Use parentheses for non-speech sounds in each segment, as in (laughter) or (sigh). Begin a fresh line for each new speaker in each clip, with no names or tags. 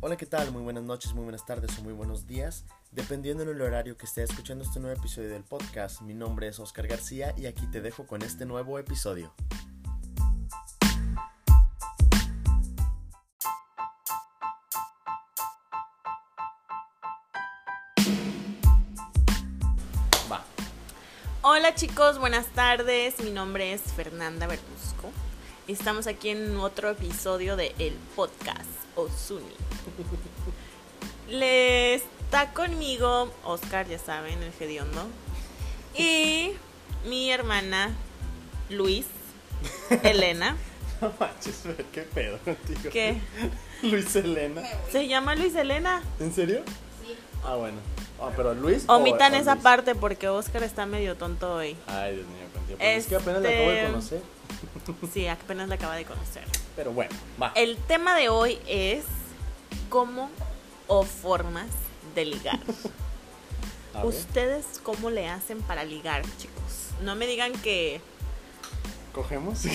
Hola, ¿qué tal? Muy buenas noches, muy buenas tardes o muy buenos días. Dependiendo del horario que esté escuchando este nuevo episodio del podcast, mi nombre es Oscar García y aquí te dejo con este nuevo episodio. Va.
Hola chicos, buenas tardes. Mi nombre es Fernanda Verduzco. Estamos aquí en otro episodio de el podcast Ozuni. Le está conmigo Oscar, ya saben, el hediondo. Y mi hermana Luis, Elena.
(laughs) No manches, Fer, qué pedo (laughs) contigo.
¿Qué?
Luis Elena.
¿Se llama Luis Elena?
¿En serio?
Sí.
Ah, bueno. Ah, pero Luis. o-
Omitan
o
esa
Luis?
parte porque Oscar está medio tonto hoy.
Ay, Dios mío, contigo. Pues Es que apenas la
Este-
acabo de conocer.
Sí, apenas la acaba de conocer.
Pero bueno, va.
El tema de hoy es cómo o formas de (laughs) ligar.
A ver,
¿Ustedes cómo le hacen para ligar, chicos? No me digan que...
cogemos. (laughs)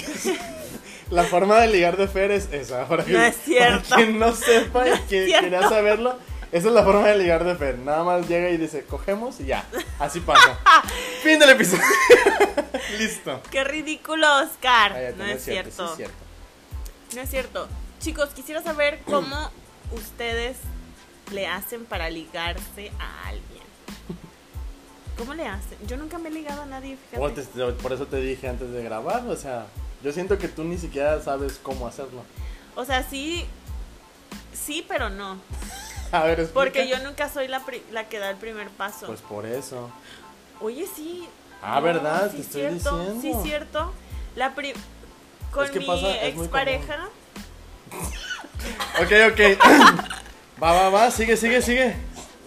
la forma de ligar de Fer es esa. Ahora que,
No es cierto.
para quien no sepa y que
cierto.
quiera saberlo, esa es la forma de ligar de Fer. Nada más llega y dice, cogemos y ya. Así
(laughs)
pasa. fin del episodio. (laughs) Listo.
¡Qué ridículo, Oscar!
Cállate,
Ah, no es cierto.
sí es cierto.
No es cierto. Chicos, quisiera saber cómo ustedes le hacen para ligarse a alguien. ¿Cómo le hacen? Yo nunca me he ligado a nadie, fíjate.
O Oh, te- te- por eso te dije antes de grabar, o sea, yo siento que tú ni siquiera sabes cómo hacerlo. (laughs)
O sea, sí... Sí, pero no.
A ver, explica.
Porque yo nunca soy la, pri- la que da el primer paso.
Pues por eso.
Oye, sí.
Ah, ¿verdad?
sí
Te estoy
cierto,
diciendo.
Sí, cierto. La pri- Con
que
mi
pasa, es muy
expareja.
Ok, (coughs) ok. va, va, va, sigue, sigue, sigue.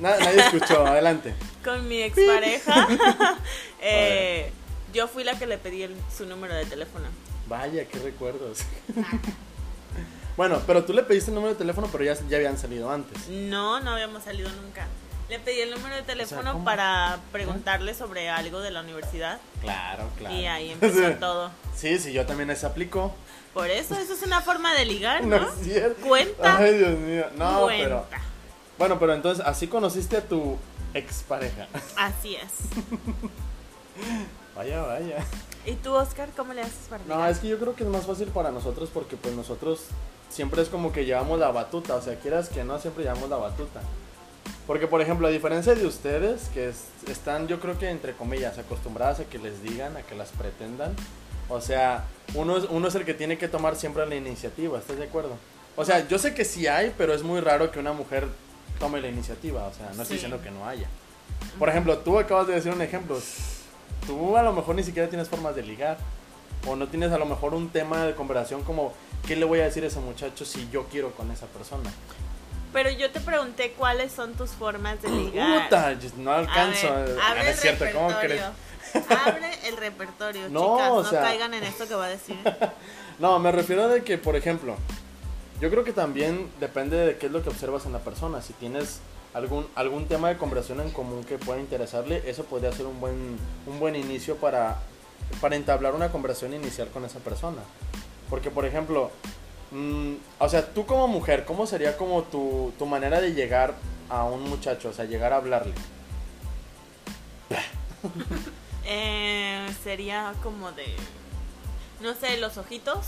Na- nadie escuchó, adelante.
Con mi expareja. (laughs) eh, yo fui la que le pedí el- su número de teléfono.
Vaya, qué recuerdos. (laughs) bueno, pero tú le pediste el número de teléfono, pero ya, ya habían salido antes.
No, no habíamos salido nunca. Le pedí el número de teléfono
¿cómo? ¿Eh?
para preguntarle sobre algo de la universidad.
Claro, claro. (laughs)
Y ahí empezó
Sí.
todo.
Sí, sí, yo también les aplico.
Por eso, eso es una forma de ligar,
(laughs) No,
Ah, ¿no?
es cierto.
Cuenta.
Ay, Dios mío. No, pero.
Cuenta.
Bueno, pero entonces, así conociste a tu expareja. (laughs)
Así es.
Vaya, vaya.
¿Y tú, Oscar, cómo le haces para
No,
ligar?
es que yo creo que es más fácil para nosotros porque pues nosotros siempre es como que llevamos la batuta, o sea, quieras que no, siempre llevamos la batuta. Porque por ejemplo, a diferencia de ustedes, que es- están yo creo que entre comillas acostumbradas a que les digan, a que las pretendan, o sea, uno es, uno es el que tiene que tomar siempre la iniciativa, ¿estás de acuerdo? O sea, yo sé que sí hay, pero es muy raro que una mujer tome la iniciativa, o sea, no estoy
Sí.
diciendo que no haya. Por ejemplo, tú acabas de decir un ejemplo, tú a lo mejor ni siquiera tienes formas de ligar. O no tienes a lo mejor un tema de conversación como, ¿qué le voy a decir a ese muchacho si yo quiero con esa persona?
Pero yo te pregunté cuáles son tus formas de ligar.
Puta, yo no alcanzo.
A ver,
Ah,
abre
no
el
es cierto, ¿cómo crees?
repertorio. Abre el
(laughs)
repertorio,
No,
chicas.
o
no
sea-
caigan en esto que va a decir.
No, me refiero de que, por ejemplo, yo creo que también depende de qué es lo que observas en la persona. Si tienes algún, algún tema de conversación en común que pueda interesarle, eso podría ser un buen, un buen inicio para, para entablar una conversación inicial con esa persona. Porque, por ejemplo, mm, o sea, tú como mujer, ¿cómo sería como tu, tu manera de llegar a un muchacho? O sea, llegar a hablarle.
Eh, sería como de. No sé, los ojitos.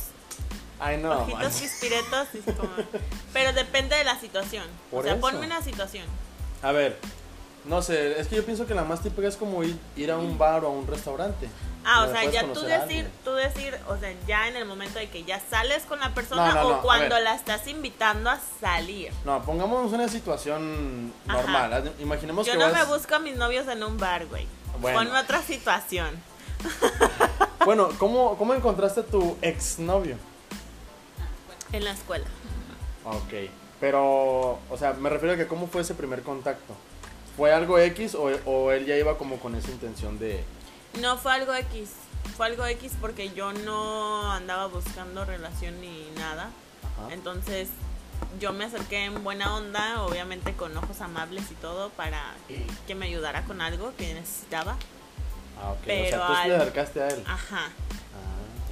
Ay, no.
ojitos
manches.
pispiretos. y es como-
(laughs)
Pero depende de la situación.
Por
o sea,
eso.
ponme una situación.
A ver, no sé, es que yo pienso que la más típica es como ir, ir a un bar o a un restaurante.
Ah,
Donde
o sea,
puedes
ya tú
conocer a
decir,
alguien.
tú decir, o sea, ya en el momento de que ya sales con la persona
no, no, a
o cuando
ver.
la estás invitando a salir.
No, pongámonos una situación
Ajá.
normal. haz- Imaginemos
Yo
que
no me
vas-
(laughs) busco a mis novios en un bar, güey.
Bueno.
Ponme otra situación.
Bueno, ¿cómo, ¿cómo encontraste a tu exnovio?
En la escuela.
Ok, pero, o sea, me refiero a que cómo fue ese primer contacto. ¿Fue algo X o, o él ya iba como con esa intención de...
No, fue algo X. Fue algo X porque yo no andaba buscando relación ni nada.
Ajá.
Entonces, yo me acerqué en buena onda, obviamente con ojos amables y todo, para que me ayudara con algo que necesitaba.
Ah, ok. o
pero
sea, tú sí te
al-
acercaste a él. Ah,
Ajá.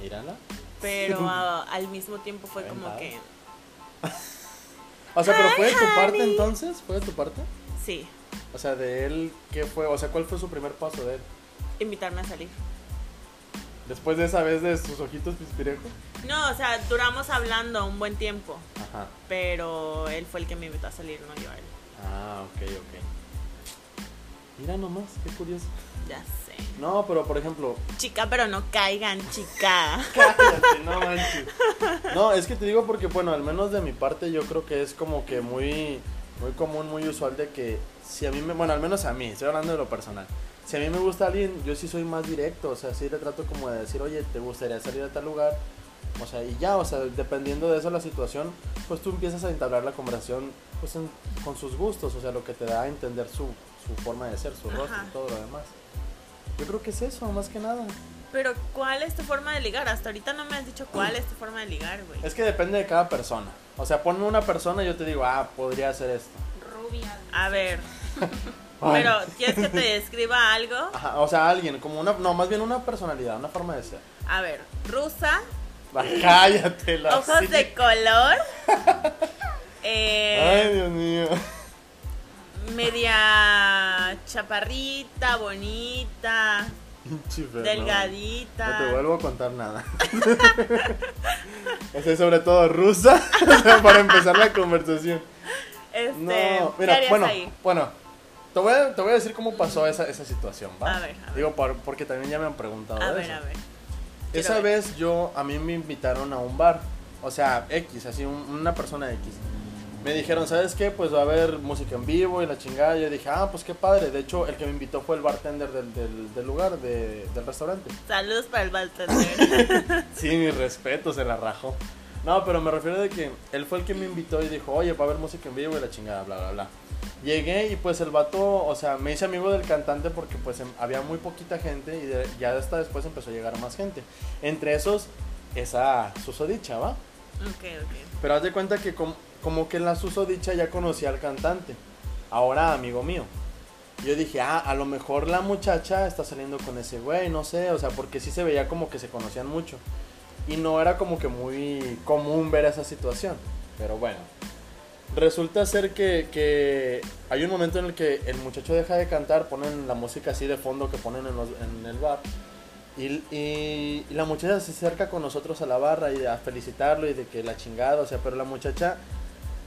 mírala.
Pero ah, al mismo tiempo fue como
Aventado.
que.
O sea, pero
Hi,
¿fue de tu parte
honey.
entonces? ¿Fue de tu parte?
Sí,
O sea, de él, ¿qué fue? O sea, ¿cuál fue su primer paso de él?
invitarme a salir.
Después de esa vez de sus ojitos pispirejos.
No, o sea, duramos hablando un buen tiempo,
Ajá.
pero él fue el que me invitó a salir, no yo a él.
Ah, ok, ok. Mira nomás, qué curioso.
Ya sé.
No, pero por ejemplo,
Chica, pero no caigan, chica.
Cállate, no manches. No, es que te digo porque, bueno, al menos de mi parte yo creo que es como que muy, muy común, muy usual de que si a mí me, bueno, al menos a mí, estoy hablando de lo personal. Si a mí me gusta alguien, yo sí soy más directo, o sea, sí le trato como de decir, oye, ¿te gustaría salir a tal lugar? O sea, y ya, o sea, dependiendo de eso la situación, pues tú empiezas a entablar la conversación pues en- con sus gustos, o sea, lo que te da a entender su, su forma de ser, su rostro
Ajá.
y todo lo demás. Yo creo que es eso, más que nada.
Pero ¿cuál es tu forma de ligar? Hasta ahorita no me has dicho cuál es tu forma de ligar, güey.
Es que depende de cada persona. O sea, ponme una persona y yo te digo, ah, podría hacer esto.
Rubia.
A ver,
Ay.
pero ¿quieres que te describa algo?
Ajá, o sea, alguien, como una. No, más bien una personalidad, una forma de ser. (laughs)
A ver, rusa,
Va, cállate, la.
ojos
(laughs)
de color, eh,
Ay, Dios mío. (laughs)
media chaparrita, bonita,
Pinche Fer, no. No te
delgadita.
vuelvo a contar nada. (laughs) o sea, sobre todo rusa. (laughs) o sea, para empezar la conversación.
Este,
No,
¿qué
mira,
harías
bueno,
ahí?
bueno. Te voy, a, te voy a decir cómo pasó esa, esa situación, ¿va?
A ver, a ver.
Digo, por- porque también ya me han preguntado
A
de
ver,
eso.
a ver. Quiero
Esa
ver.
vez yo, a mí me invitaron a un bar, o sea, X, así un- una persona X. Me dijeron, ¿sabes qué? Pues va a haber música en vivo y la chingada. Yo dije, ah, pues qué padre. De hecho, el que me invitó fue el bartender del, del- del lugar, de- del restaurante.
Saludos para
(laughs)
el bartender.
Sí, mi respeto, se la rajó. No, pero me refiero de que él fue el que me invitó y dijo, oye, va a haber música en vivo y la chingada, bla, bla, bla. Llegué y pues el vato, o sea, me hice amigo del cantante porque pues em- había muy poquita gente y de- ya hasta después empezó a llegar más gente. Entre esos, esa susodicha, ¿va?
ok, ok.
Pero haz de cuenta que com- como que en la susodicha ya conocía al cantante. Ahora amigo mío. Yo dije, ah, a lo mejor la muchacha está saliendo con ese güey, no sé, o sea, porque sí se veía como que se conocían mucho. Y no era como que muy común ver esa situación. Pero bueno. Resulta ser que, que hay un momento en el que el muchacho deja de cantar, ponen la música así de fondo que ponen en, los- en el bar. Y, y- y la muchacha se acerca con nosotros a la barra y a felicitarlo y de que la chingada, o sea, pero la muchacha,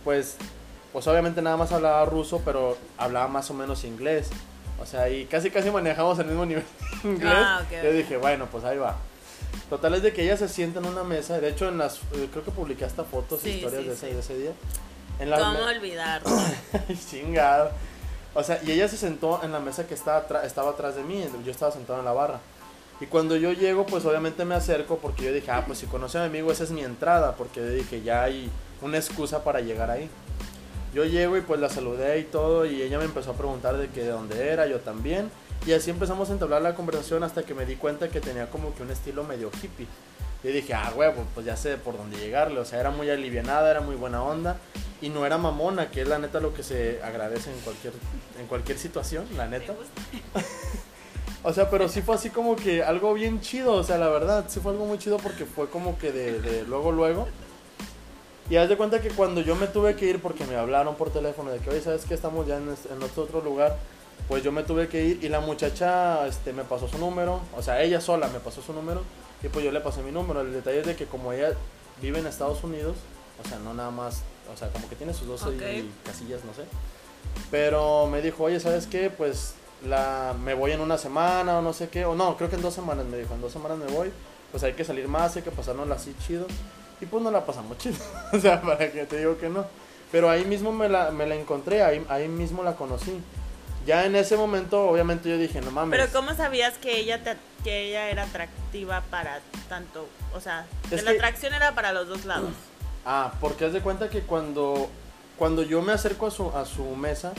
pues, pues obviamente nada más hablaba ruso, pero hablaba más o menos inglés. O sea, y casi casi manejamos el mismo nivel de inglés.
Ah, ok,
Yo
ok.
dije, bueno, pues ahí va. Total es de que ella se sienta en una mesa, de hecho en las, eh, creo que publiqué hasta fotos
Sí,
y historias
sí,
de,
sí.
Ese, de ese día. En la
¿Cómo olvidarlo?
(laughs) Chingado. O sea, y ella se sentó en la mesa que estaba, atra- estaba atrás de mí. Yo estaba sentado en la barra. Y cuando yo llego, pues obviamente me acerco porque yo dije, ah, pues si conoce a mi amigo, esa es mi entrada. Porque yo dije, ya hay una excusa para llegar ahí. Yo llego y pues la saludé y todo. Y ella me empezó a preguntar de que de dónde era, yo también. Y así empezamos a entablar la conversación hasta que me di cuenta que tenía como que un estilo medio hippie. Yo dije, ah, huevo, pues ya sé por dónde llegarle. O sea, era muy alivianada, era muy buena onda. Y no era mamona, que es la neta lo que se agradece en cualquier, en cualquier situación, la
¿Te
neta.
gusta?
(laughs) O sea, pero sí fue así como que algo bien chido, o sea, la verdad, sí fue algo muy chido porque fue como que de, de luego, luego. Y haz de cuenta que cuando yo me tuve que ir porque me hablaron por teléfono de que, oye, ¿sabes que Estamos ya en, este- en este otro lugar. Pues yo me tuve que ir y la muchacha este, me pasó su número, o sea, ella sola me pasó su número y pues yo le pasé mi número. El detalle es de que como ella vive en Estados Unidos, o sea, no nada más, o sea, como que tiene sus 12 y
Ok.
casillas, no sé. Pero me dijo, oye, ¿sabes qué? Pues la, me voy en una semana o no sé qué. O no, creo que en dos semanas me dijo, en dos semanas me voy. Pues hay que salir más, hay que pasárnosla así chido. Y pues no la pasamos chido. (laughs) o sea, para que te digo que no. Pero ahí mismo me la, me la encontré, ahí, ahí mismo la conocí. Ya en ese momento, obviamente yo dije, no mames.
Pero ¿cómo sabías que ella te- que ella era atractiva para tanto, o sea, que
Es
la
que-
atracción era para los dos lados?
Ah, porque haz de cuenta que cuando, cuando yo me acerco a su, a su mesa,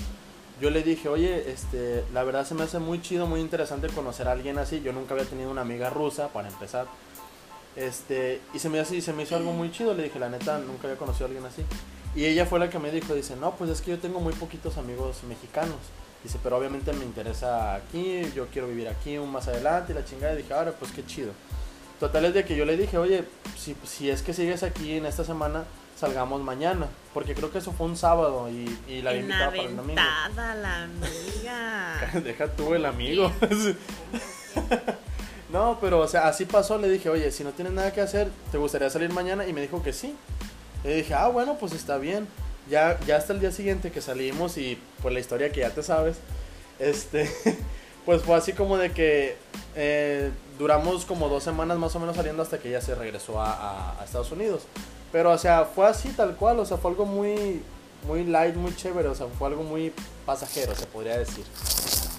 yo le dije, oye, este, la verdad se me hace muy chido, muy interesante conocer a alguien así. Yo nunca había tenido una amiga rusa, para empezar. Este, y se me, hace, y se me hizo algo muy chido. Le dije, la neta, nunca había conocido a alguien así. Y ella fue la que me dijo, dice, no, pues es que yo tengo muy poquitos amigos mexicanos. Dice, pero obviamente me interesa aquí, yo quiero vivir aquí, un más adelante, y la chingada. Y dije, ahora, pues qué chido. Total es de que yo le dije, oye, si, si es que sigues aquí en esta semana, salgamos mañana. Porque creo que eso fue un sábado y, y (clears throat) la había invitado para el domingo.
Enaventada
(laughs)
la amiga.
Deja tú el amigo. (laughs) no, pero o sea, así pasó. Le dije, oye, si no tienes nada que hacer, ¿te gustaría salir mañana? Y me dijo que sí. Le dije, ah, bueno, pues está bien. Ya, ya hasta el día siguiente que salimos y pues la historia que ya te sabes, este, (laughs) pues fue así como de que eh, duramos como dos semanas más o menos saliendo hasta que ella se regresó a, a- a Estados Unidos. Pero, o sea, fue así tal cual, o sea, fue algo muy, muy light, muy chévere, o sea, fue algo muy pasajero, se podría decir.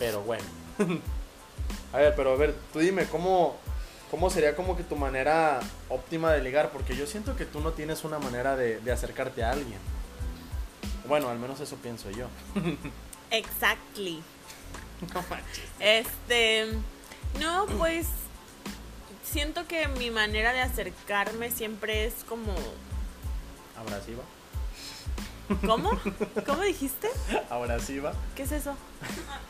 Pero bueno. (laughs) a ver, pero a ver, tú dime, ¿cómo, ¿cómo sería como que tu manera óptima de ligar? Porque yo siento que tú no tienes una manera de, de acercarte a alguien. Bueno, al menos eso pienso yo.
Exactly. Este. No, pues. Siento que mi manera de acercarme siempre es como.
Abrasiva. (laughs)
¿Cómo? ¿Cómo dijiste?
Abrasiva.
¿Qué es eso?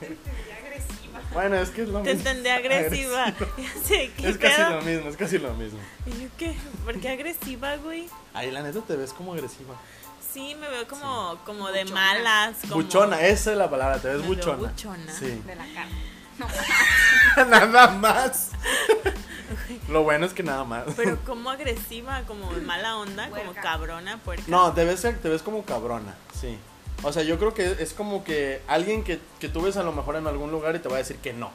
agresiva.
Bueno, es que es lo
Te
mismo. (laughs)
entendí agresiva. (laughs) Ya sé, ¿qué
Es casi
pedo?
lo mismo, es casi lo mismo.
Y yo, ¿qué? ¿Por qué agresiva, güey?
Ahí la neta te ves como agresiva.
Sí, me veo como, como de
Buchona.
malas. Como...
Buchona, ¿eh? esa es la palabra, te ves
Me veo
buchona.
buchona. (laughs)
Sí. (laughs)
De la cara. No.
nada más. lo bueno es que nada más.
Pero como agresiva, como de mala onda, como
Puerca.
cabrona, puerca.
No, te ves, te ves como cabrona, sí. O sea, yo creo que es como que alguien que, que tú ves a lo mejor en algún lugar y te va a decir que no.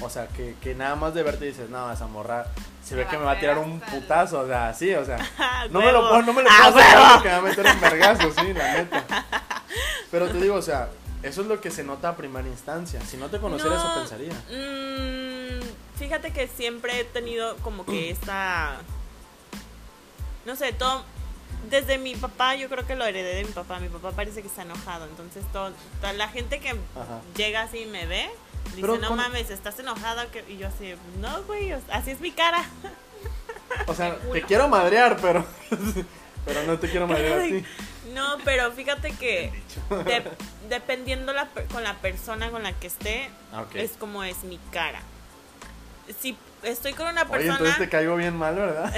O sea, que, que nada más de verte dices, no, esa morra se ve
Va
que
a
me va a tirar
ver
un
hasta el-
putazo, o sea, sí, o sea.
(laughs) Ah,
No me lo
huevo.
puedo, no me lo
Ah,
puedo asegurar
huevo.
porque me va a meter un vergazo, sí, la neta. Pero te digo, o sea, eso es lo que se nota a primera instancia. Si no te conocieras,
No,
eso pensaría.
mm, fíjate que siempre he tenido
(clears throat)
como que esta. No sé, todo. Desde mi papá, yo creo que lo heredé de mi papá. Mi papá parece que está enojado. Entonces, todo, toda la gente que
Ajá.
llega así y me ve, dice:
Pero
No
con-
mames, estás enojada. que-". Y yo, así, no, güey, o- así es mi cara.
O sea, te quiero madrear, pero. (laughs) Pero no te quiero
(laughs)
madrear a ti.
No, pero fíjate que de- dependiendo la per- con la persona con la que esté,
Ah, (laughs) ok.
es como es mi cara. Si estoy con una
Oye,
persona,
entonces te caigo bien mal, ¿verdad?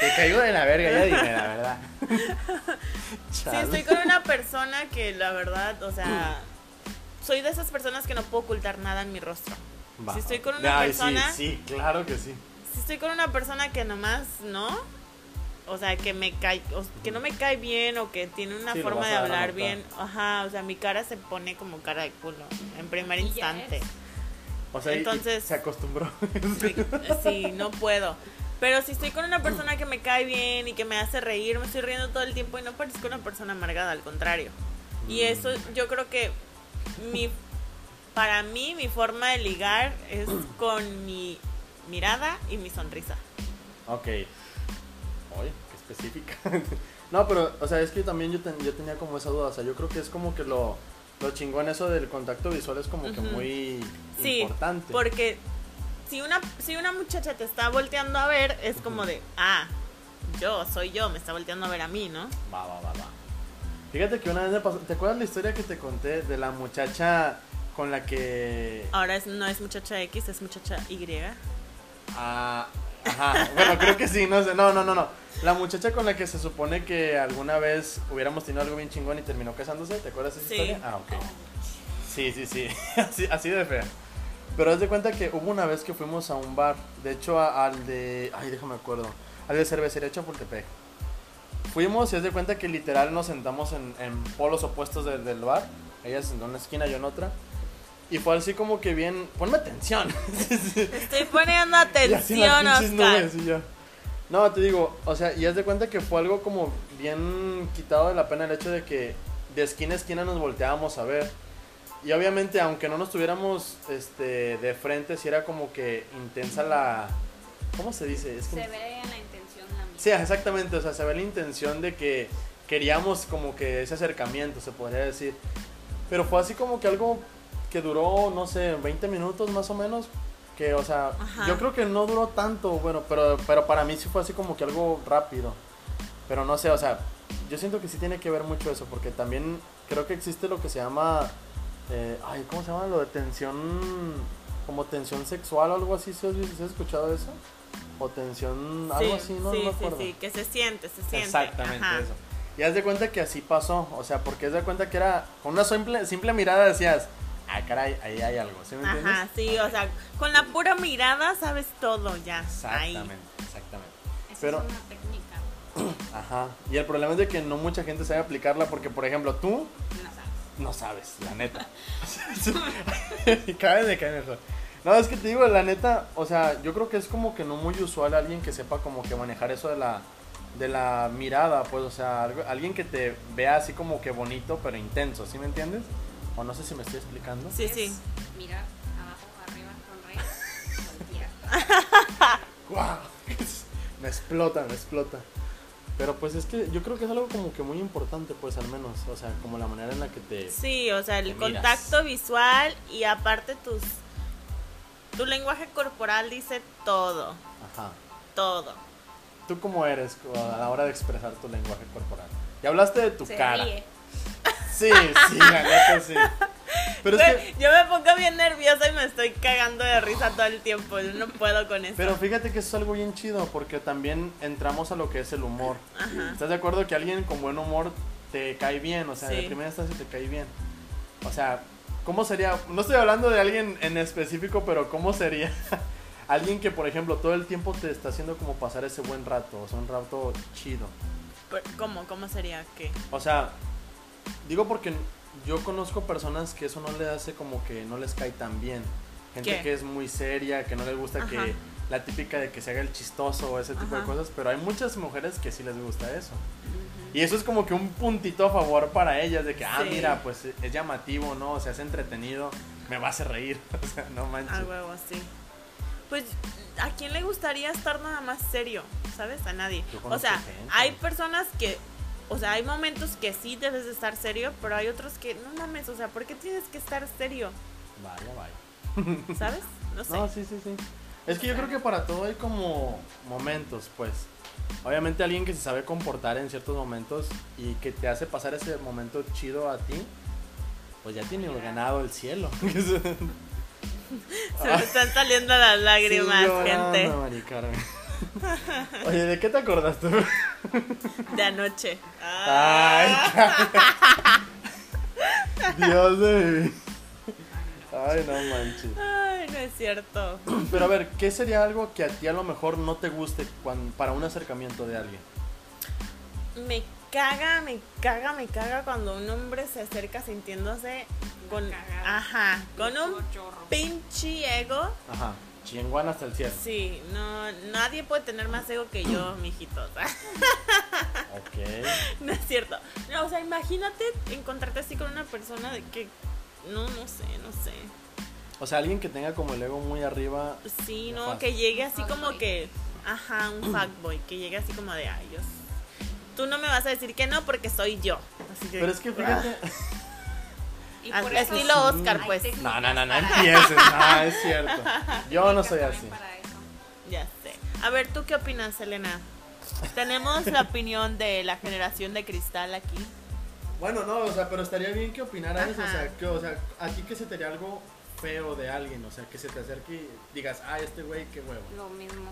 te caigo de la verga, ya dime la (laughs) verdad.
si
Chale.
estoy con una persona que la verdad,
(clears throat)
o sea, soy de esas personas que no puedo ocultar nada en mi rostro.
Va.
si estoy con una
Ay, sí,
persona-
Sí, claro que sí.
Si estoy con una persona que nomás no, o sea, que me cae o que no me cae bien o que tiene una
Sí, lo
forma
vas
de
a dar a
hablar
notar.
bien, ajá, o sea, mi cara se pone como cara de culo en primer
Y ya
instante.
es.
O sea, y- y
Entonces-
se acostumbró.
Sí, sí, no puedo. Pero si estoy con una persona que me cae bien y que me hace reír, me estoy riendo todo el tiempo y no parezco una persona amargada, al contrario. Y
Mm.
eso yo creo que mi para mí mi forma de ligar
(clears throat)
es con mi mirada y mi sonrisa.
(laughs) Ok. Oye, qué específica. (laughs) no, pero, o sea, es que también yo, ten- yo tenía como esa duda. O sea, yo creo que es como que lo, lo chingón eso del contacto visual es como que
Ujú.
muy
Sí,
importante.
Porque si una si una muchacha te está volteando a ver es como de, ah, yo soy yo, me está volteando a ver a mí, ¿no?
Va, va, va, va. Fíjate que una vez me pasó. ¿Te acuerdas la historia que te conté de la muchacha con la que.
Ahora es, no es muchacha X, es muchacha Y.
Ah, ajá. Bueno, creo que sí, no sé. No, no, no, no. La muchacha con la que se supone que alguna vez hubiéramos tenido algo bien chingón y terminó casándose, ¿te acuerdas de esa
Sí.
historia? Ah, ok. Sí, sí, sí. (laughs) Así, así de fea. Pero haz de cuenta que hubo una vez que fuimos a un bar. De hecho, a- al de. Ay, déjame acuerdo. Al de cervecería Chapultepec. Fuimos y haz de cuenta que literal nos sentamos en, en polos opuestos de- del bar. Ella se sentó en una esquina, yo en otra. Y fue así como que bien. Ponme atención. Sí, sí.
Estoy poniendo
(laughs) Y así en las
atención,
pinches
Oscar.
nubes, y yo. No, te digo, o sea, y haz de cuenta que fue algo como bien quitado de la pena el hecho de que de esquina a esquina nos volteábamos a ver. Y obviamente, aunque no nos tuviéramos este, de frente, sí era como que intensa la... ¿Cómo se dice? Es que-
Se ve en la intención la misma.
Sí, exactamente, o sea, se ve la intención de que queríamos como que ese acercamiento, se podría decir. Pero fue así como que algo que duró, no sé, 20 minutos más o menos. Que, o sea,
Ajá.
yo creo que no duró tanto, bueno, pero, pero para mí sí fue así como que algo rápido. Pero no sé, o sea, yo siento que sí tiene que ver mucho eso, porque también creo que existe lo que se llama, eh, ay, ¿cómo se llama? Lo de tensión, como tensión sexual o algo así, ¿sí has, sí has escuchado eso? o tensión, algo así, no,
sí,
no me acuerdo.
sí, sí, que se siente, se siente.
Exactamente
ajá.
eso.
Y haz de cuenta que así pasó, o sea, porque haz de cuenta que era, con una simple, simple mirada decías, ah, caray, ahí hay algo, ¿sí me entiendes?
Ajá, sí, o sea, con la pura mirada sabes todo ya.
Exactamente, exactamente.
Esa
Pero-
es una técnica.
Ajá. Y el problema es de que no mucha gente sabe aplicarla porque, por ejemplo, tú
No sabes.
no sabes.
La neta.
(laughs) y cae de caer en eso. No, es que te digo, la neta, o sea, yo creo que es como que no muy usual alguien que sepa como que manejar eso de la, de la mirada, pues, o sea, algo- alguien que te vea así como que bonito pero intenso, ¿sí me entiendes? O no sé si me estoy explicando.
Sí, sí.
Es Mirar abajo, arriba, con rey, voltear.
¡Guau! (laughs) me explota, me explota. Pero pues es que yo creo que es algo como que muy importante, pues al menos, o sea, como la manera en la que te...
Sí, o sea, el
Te miras.
contacto visual y aparte tus tu lenguaje corporal dice todo,
Ajá.
todo.
¿Tú cómo eres a la hora de expresar tu lenguaje corporal? Ya hablaste de tu
Se
cara.
ríe.
Sí, sí, la neta sí. Pero es
Güey, (laughs)
que,
Yo me pongo bien nerviosa y me estoy cagando de risa todo el tiempo. Yo no puedo con eso.
pero fíjate que eso es algo bien chido porque también entramos a lo que es el humor.
Ajá.
¿Estás de acuerdo que alguien con buen humor te cae bien? O sea, de
Sí.
primera instancia te cae bien. O sea, ¿cómo sería? No estoy hablando de alguien en específico, pero ¿cómo sería? (laughs) Alguien que, por ejemplo, todo el tiempo te está haciendo como pasar ese buen rato, o sea, un rato chido.
Pero, ¿Cómo? ¿Cómo sería que?
O sea, digo porque yo conozco personas que eso no le hace como que no les cae tan bien. Gente
¿Qué?
que es muy seria, que no les gusta
Ajá.
que la típica de que se haga el chistoso o ese tipo de
Ajá.
cosas, pero hay muchas mujeres que sí les gusta eso. Y eso es como que un puntito a favor para ellas de que, ah,
Sí.
mira, pues es llamativo, ¿no? O sea, es entretenido, me va a hacer reír, (laughs) o sea, no manches.
A Ah, huevo, sí. Pues, ¿a quién le gustaría estar nada más serio? ¿Sabes? A nadie.
Yo conozco
O sea,
gente.
hay personas que. O sea, hay momentos que sí debes de estar serio, pero hay otros que no mames. O sea, ¿por qué tienes que estar serio?
Vaya, vaya.
¿Sabes? No sé. (laughs)
No, sí, sí, sí. Es que yo creo que para todo hay como momentos, pues. Obviamente alguien que se sabe comportar en ciertos momentos y que te hace pasar ese momento chido a ti, pues ya tiene ganado el
(laughs)
cielo.
Se me están saliendo las lágrimas,
Sí, llorando,
gente.
Mari
(laughs)
Carmen. Oye, ¿de qué te acordas tú?
De anoche.
Ay,
Ah.
Carmen. Dios de mi vida. Ay, no manches.
Ay, no es cierto.
Pero a ver, ¿qué sería algo que a ti a lo mejor no te guste cuan- para un acercamiento de alguien?
Me caga, me caga, me caga cuando un hombre se acerca sintiéndose con.
Cagado.
Ajá. Con un
Puro chorro.
pinche ego.
Ajá. Chinguan hasta el
(laughs)
cielo.
Sí, no, nadie puede tener más ego que yo,
(clears throat)
mijito.
Ok.
(laughs) No es cierto. No, o sea, imagínate encontrarte así con una persona de que. No, no sé, no sé.
O sea, alguien que tenga como el ego muy arriba.
Pues Sí,
Ya
no,
pasa.
que llegue así
Un
como
fuckboy.
que.
(clears throat)
Ajá, un fuckboy. Que llegue así como de, ay, Dios. Tú no me vas a decir que no porque soy yo. Así que,
Pero es que fíjate.
Y
Ah,
por eso
estilo
hay
Oscar, pues.
técnicas
(laughs) No, no, no, no
para-
empieces. No, es cierto. Yo no
técnicas
soy
también
así.
para eso.
Ya sé. A ver, ¿tú qué opinas, Elena? Tenemos la opinión de la generación de cristal aquí.
Bueno, no, o sea, pero estaría bien que opinaras. O
Ajá.
sea, que, o sea, a ti que se te haría algo feo de alguien. O sea, que se te acerque y digas, ah, este güey, qué huevo.
Lo mismo.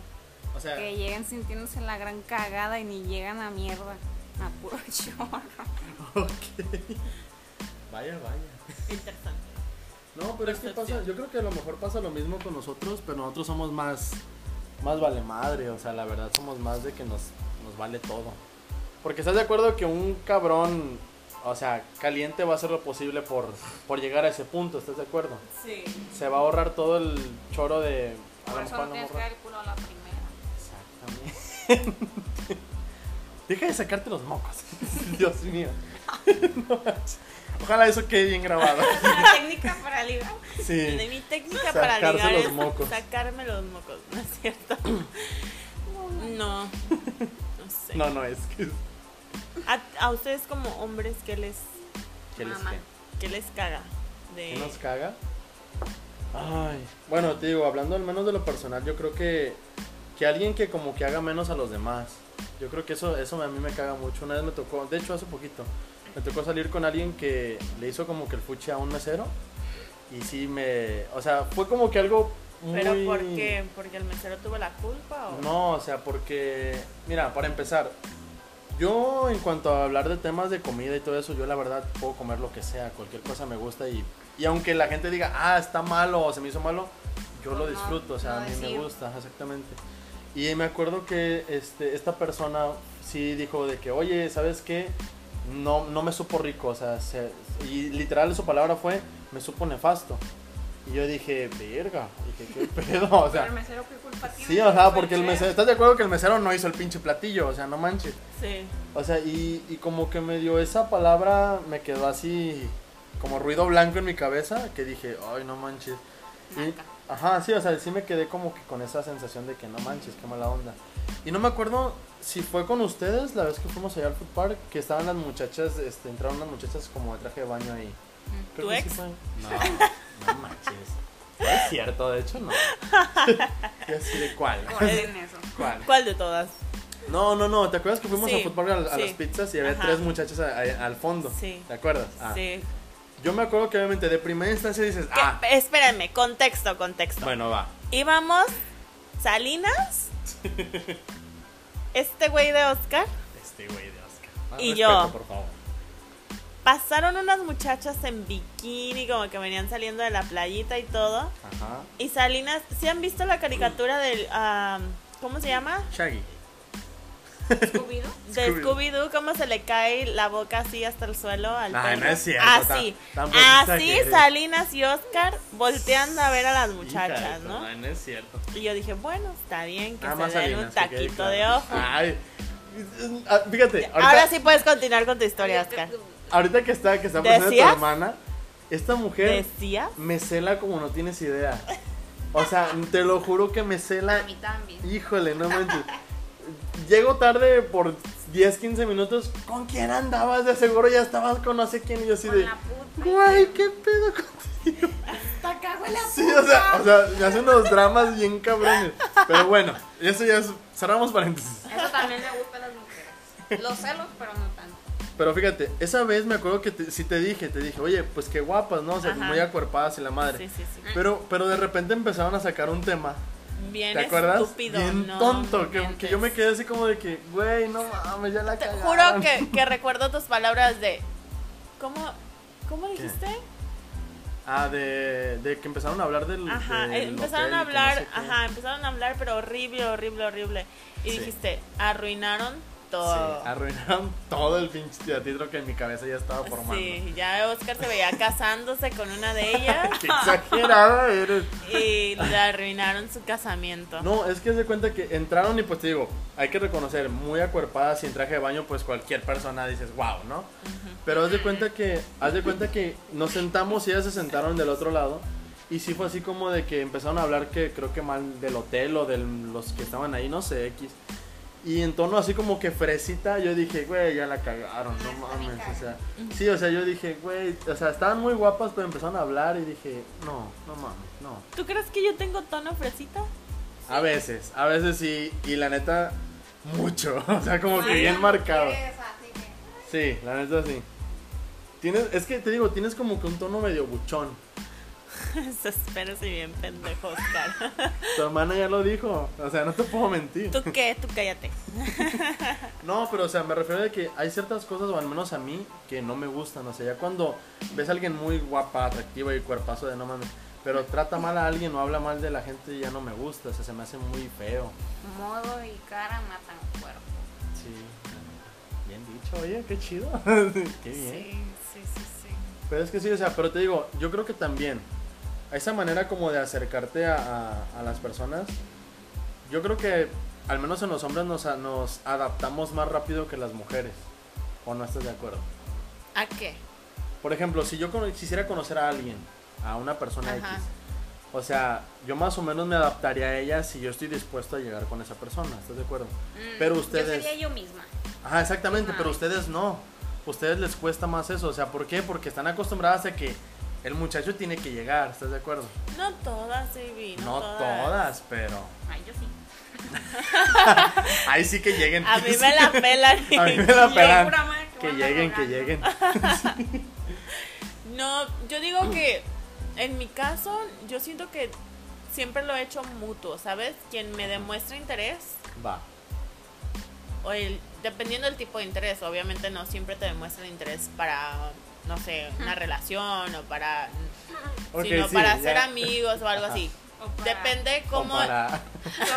O sea,
Que lleguen sintiéndose la gran cagada y ni llegan a mierda. A puro (laughs) chorro.
(laughs) ok. Vaya, vaya.
Interesante.
No, pero es que pasa, yo creo que a lo mejor pasa lo mismo con nosotros, pero nosotros somos más, más vale madre, o sea, la verdad somos más de que nos, nos vale todo. Porque estás de acuerdo que un cabrón, o sea, caliente va a hacer lo posible por, por llegar a ese punto, ¿estás de acuerdo?
(laughs)
Sí.
Se va a ahorrar todo el choro de... a
Por
lo
eso
mejor
no
no
tienes que
morra-
dar el culo a la primera.
Exactamente. (laughs) Deja de sacarte los mocos. (laughs) Dios mío. (laughs) No manches. Ojalá eso quede bien grabado. (laughs)
técnica para ligar.
Sí.
De mi técnica
Sacarse
para ligar
los
es
mocos.
sacarme los mocos, ¿no es cierto? No. No sé.
No, no, es que...
A, a ustedes como hombres, ¿qué les,
¿Qué les
Mamá.
queda?
qué les caga? De...
¿Qué nos caga? Ay. Bueno, te digo, hablando al menos de lo personal, yo creo que, que alguien que como que haga menos a los demás. Yo creo que eso, eso a mí me caga mucho. Una vez me tocó, de hecho hace poquito, me tocó salir con alguien que le hizo como que el fuche a un mesero. Y sí me... O sea, fue como que algo muy...
¿Pero por qué? ¿Porque el mesero tuvo la culpa? O...
No, o sea, porque, mira, para empezar, yo en cuanto a hablar de temas de comida y todo eso, yo la verdad puedo comer lo que sea, cualquier cosa me gusta y, y aunque la gente diga, ah, está malo o se me hizo malo, yo
Pues
lo
no,
disfruto, o sea,
no
a mí me
decir.
gusta, exactamente. Y me acuerdo que este, esta persona sí dijo de que, oye, ¿sabes qué? No, no me supo rico, o sea, se- y literal su palabra fue, me supo nefasto. Y yo dije, verga, dije,
(laughs)
¿qué pedo? O sea,
Pero el mesero qué culpa tiene.
Sí, o sea,
Fue
porque el
chef.
mesero, ¿estás de acuerdo que el mesero no hizo el pinche platillo? O sea, no manches.
Sí.
O sea, y, y como que me dio esa palabra, me quedó así como ruido blanco en mi cabeza, que dije, ay, no manches. Y-
Naca.
ajá, sí, o sea, sí me quedé como que con esa sensación de que no manches, qué mala onda. Y no me acuerdo si fue con ustedes la vez que fuimos allá al food park, que estaban las muchachas, este, entraron las muchachas como de traje de baño ahí.
Mm.
Creo
¿Tu
que
ex?
fue.
No, no manches.
No es cierto, de hecho no. Y así de cuál.
Corten eso.
¿Cuál?
¿Cuál de todas?
No, no, no. ¿Te acuerdas que fuimos
Sí,
a fútbol a, a
sí.
las pizzas y había
Ajá.
tres muchachas a- a- al fondo?
Sí.
¿Te acuerdas? Ah.
Sí.
Yo me acuerdo que obviamente de primera instancia dices,
¿Qué?
ah,
Espérenme, contexto, contexto.
bueno, va.
Íbamos Salinas, este güey de Oscar,
Este güey de Oscar. Ah,
Y
respeto,
yo.
por favor.
pasaron unas muchachas en bikini, como que venían saliendo de la playita y todo.
Ajá.
Y Salinas, ¿sí han visto la caricatura del... ah, ¿Cómo se llama?
Shaggy.
Scooby-Doo.
De
Scooby.
(laughs) Scooby-Doo, cómo se le cae la boca así hasta el suelo al
Ay,
perro?
no es cierto,
Así.
ta- tampoco
Así
exageres.
Salinas y Oscar volteando a ver a las
Hija
muchachas,
de tu
¿no?
madre, No es cierto.
Y yo dije, bueno, está bien que
Nada
se
más
den
Salinas,
un
que quede
taquito
claro.
de ojo.
Ay. Ah, Fíjate, ahorita,
Ahora sí puedes continuar con tu historia,
este
Oscar.
ahorita que está, que está presente tu
¿Decías?
hermana, esta mujer
¿Decía?
me cela como no tienes idea. O sea, te lo juro que me
A
cela
mí también.
Híjole, no manches. Llego tarde por 10, 15 minutos. ¿Con quién andabas? De seguro ya estabas con no sé quién. Y yo así
Con
de.
la puta.
Güey, qué pedo contigo.
Hasta acá huele a
Sí, o sea, o sea, me hace unos dramas bien cabrones. Pero bueno, eso ya es. Cerramos paréntesis.
Eso también le gusta a las mujeres. Los celos, pero no tanto.
Pero fíjate, esa vez me acuerdo que te- sí te dije, te dije, oye, pues qué guapas, ¿no? O sea,
Ajá.
muy acuerpadas y la madre.
Sí, sí, sí.
Pero, pero de repente empezaron a sacar un tema.
Bien
¿Te acuerdas?
estúpido.
bien
no
tonto. Que, que
inventes.
yo me quedé así como de que, güey, no mames, ya la
Te
cagaron.
juro que, que recuerdo tus palabras de... ¿Cómo, cómo dijiste?
Ah, de, de que empezaron a hablar del.
Ajá,
del
eh,
hotel,
empezaron a
que no
hablar,
sé qué.
ajá, empezaron a hablar, pero horrible, horrible, horrible. Y
Sí.
dijiste, arruinaron todo.
Sí, arruinaron todo el pinche teatro que en mi cabeza ya estaba formando.
Sí, ya Oscar se veía casándose con una de
(laughs)
ellas
Qué exagerada eres.
y le arruinaron su casamiento.
No, es que se cuenta que entraron y pues te digo, hay que reconocer, muy acuerpada, sin traje de baño, pues cualquier persona dices, wow, ¿no? Pero haz de cuenta que, haz de cuenta que nos sentamos y ellas se sentaron del otro lado. Y sí fue así como de que empezaron a hablar que creo que mal del hotel o de los que estaban ahí, no sé, X. Y en tono así como que fresita, yo dije, güey, ya la cagaron, no mames, o sea. Sí, o sea, yo dije, güey, o sea, estaban muy guapas, pero empezaron a hablar y dije, no, no mames, no.
¿Tú crees que yo tengo tono fresita? (laughs)
A veces, a veces sí, y la neta, mucho. (laughs) O sea, como que
Ay,
bien
no
marcado.
quieres, así que-
Sí, la neta sí. Tienes, es que te digo, tienes como que un tono medio buchón.
Se espera si bien pendejo, Oscar.
(laughs) Tu hermana ya lo dijo. O sea, no te puedo mentir.
¿Tú qué? Tú cállate.
No, pero o sea, me refiero de que hay ciertas cosas, o al menos a mí, que no me gustan. O sea, ya cuando ves a alguien muy guapa, atractiva y cuerpazo de no mames, pero trata mal a alguien o habla mal de la gente, ya no me gusta. O sea, se me hace muy feo.
Modo y cara matan cuerpo.
Sí. Bien dicho, oye, qué chido. (laughs) qué bien.
sí, sí, sí.
Pero es que sí, o sea, pero te digo, yo creo que también esa manera como de acercarte a, a- a las personas, yo creo que al menos en los hombres nos, a- nos adaptamos más rápido que las mujeres. ¿O no estás de acuerdo?
¿A qué?
Por ejemplo, si yo cono- quisiera conocer a alguien, a una persona
Ajá.
X, o sea, yo más o menos me adaptaría a ella si yo estoy dispuesto a llegar con esa persona, ¿estás de acuerdo?
Mm,
Pero
Yo
ustedes-
sería yo misma.
Ajá, exactamente,
Ajá.
pero ustedes no. Ustedes les cuesta más eso, o sea, ¿por qué? Porque están acostumbradas a que el muchacho tiene que llegar, ¿estás de acuerdo?
No todas, Ivy,
No
no,
todas, pero.
Ay, yo sí.
Ahí sí que lleguen. (laughs)
A mí me la pelan.
A
(laughs)
mí me la
Yo
pelan.
pura madre
Que
voy a andar
lleguen, que
rogando.
lleguen.
No, yo digo que en mi caso, yo siento que siempre lo he hecho mutuo, ¿sabes? Quien me demuestra interés,
Va.
o el, dependiendo del tipo de interés, obviamente no siempre te demuestran interés para, no sé, una relación o para,
Ok,
sino
sí,
para
ya.
ser amigos o algo así.
O para
Depende cómo...
O para-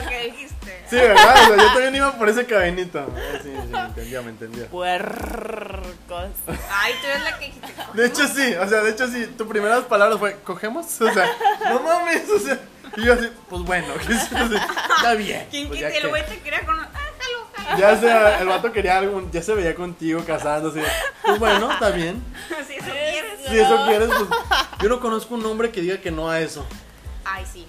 Lo que dijiste.
(laughs) Sí, ¿verdad? O sea, yo también iba por ese cabenito. Sí, sí, me entendía, me entendía.
Puercos.
Ay, tú eres la que dijiste.
De hecho, sí, o sea, de hecho, sí, tu primeras palabras fue, ¿cogemos? O sea, no mames, o sea, y yo así, pues bueno, (laughs) que sí, o sea, está bien.
¿Quién
pues
que
ya
te
qué.
lo güey te quería con. Ah, jalo, jalo.
Ya sea, el vato quería algo, ya se veía contigo casándose. Pues bueno, está bien.
(laughs) Si eso quieres.
Si eso quieres, pues yo no conozco un hombre que diga que no a eso.
Ay, sí.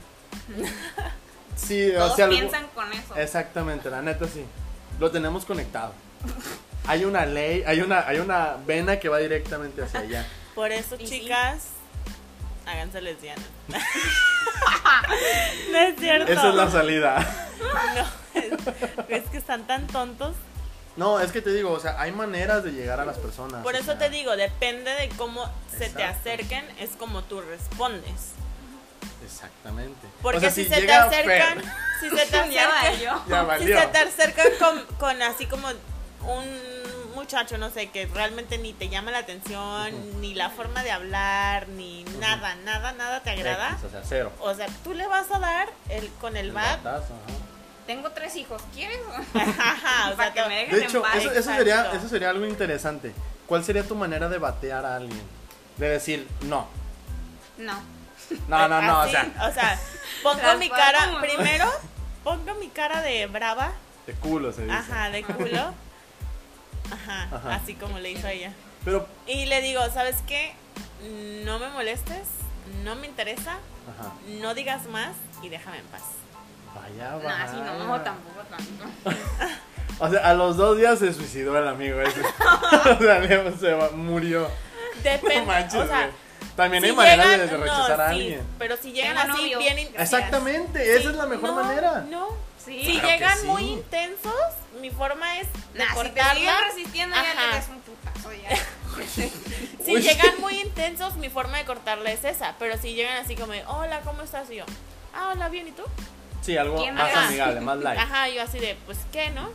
Sí, o
Todos
sea, algo-
piensan con eso.
Exactamente, la neta sí. Lo tenemos conectado. Hay una ley, hay una, hay una vena que va directamente hacia allá.
Por eso,
Y sí.
chicas, háganse
(laughs)
lesbianas. (laughs) no es cierto.
Esa es la salida.
No, es, es que están tan tontos.
No, es que te digo, o sea, hay maneras de llegar a las personas.
Por
o
eso
sea,
te digo, depende de cómo se te
Ah, Exacto.
acerquen, es como tú respondes.
Exactamente.
Porque
O sea,
si, se te
llega
acercan,
Fer-
si se te
(laughs) Ya va
acercan,
yo.
ya
si
valió.
se te acercan con, con así como un muchacho, no sé, que realmente ni te llama la atención,
Ujú.
ni la forma de hablar, ni nada, nada, nada te agrada.
X, o sea, cero.
O sea, tú le vas a dar el con el bat.
batazo, ajá.
Tengo tres hijos. ¿Quieres?
(laughs)
(laughs)
Ajá, o sea,
Para que
te-
me dejen
De hecho,
en paz.
eso, eso
exacto.
sería, eso sería algo interesante. ¿Cuál sería tu manera de batear a alguien? De decir, no.
No.
No, no, no,
así,
o sea,
o
(laughs)
sea, pongo
Las
mi
vas
cara
como-
primero, pongo mi cara de brava,
de culo se dice.
ajá, de culo. Ajá,
Ajá.
así como le hizo a ella.
Pero,
Y le digo, ¿sabes qué? No me molestes, no me interesa,
ajá.
no digas más y déjame en
(laughs)
paz.
Vaya,
No,
vaya.
así no, tampoco tanto.
O sea, a los dos días se suicidó el amigo
(laughs)
ese. (laughs) o sea, le- se va- murió.
Depende,
No manches,
o sea,
güey. También hay
si
maneras de-
llegan-
de
no,
rechazar a
sí,
alguien.
pero si llegan
Tengo
así
novio,
bien
gracias.
Exactamente, esa es la mejor
no,
manera.
No.
Sí.
Si
Claro que
llegan
sí.
muy intensos, mi forma es de
Nah, si te siguen
cortarla.
resistiendo,
Ajá.
ya tienes un
(laughs)
putazo ya.
Si
Uy. (laughs)
llegan muy intensos, mi forma de cortarla es esa. Pero si llegan así como, de, hola, ¿cómo estás? Y yo, ah, hola, bien, ¿y tú?
Sí, algo
¿Quién
más
era?
amigable, más light.
Ajá, yo así de, pues, ¿qué, no?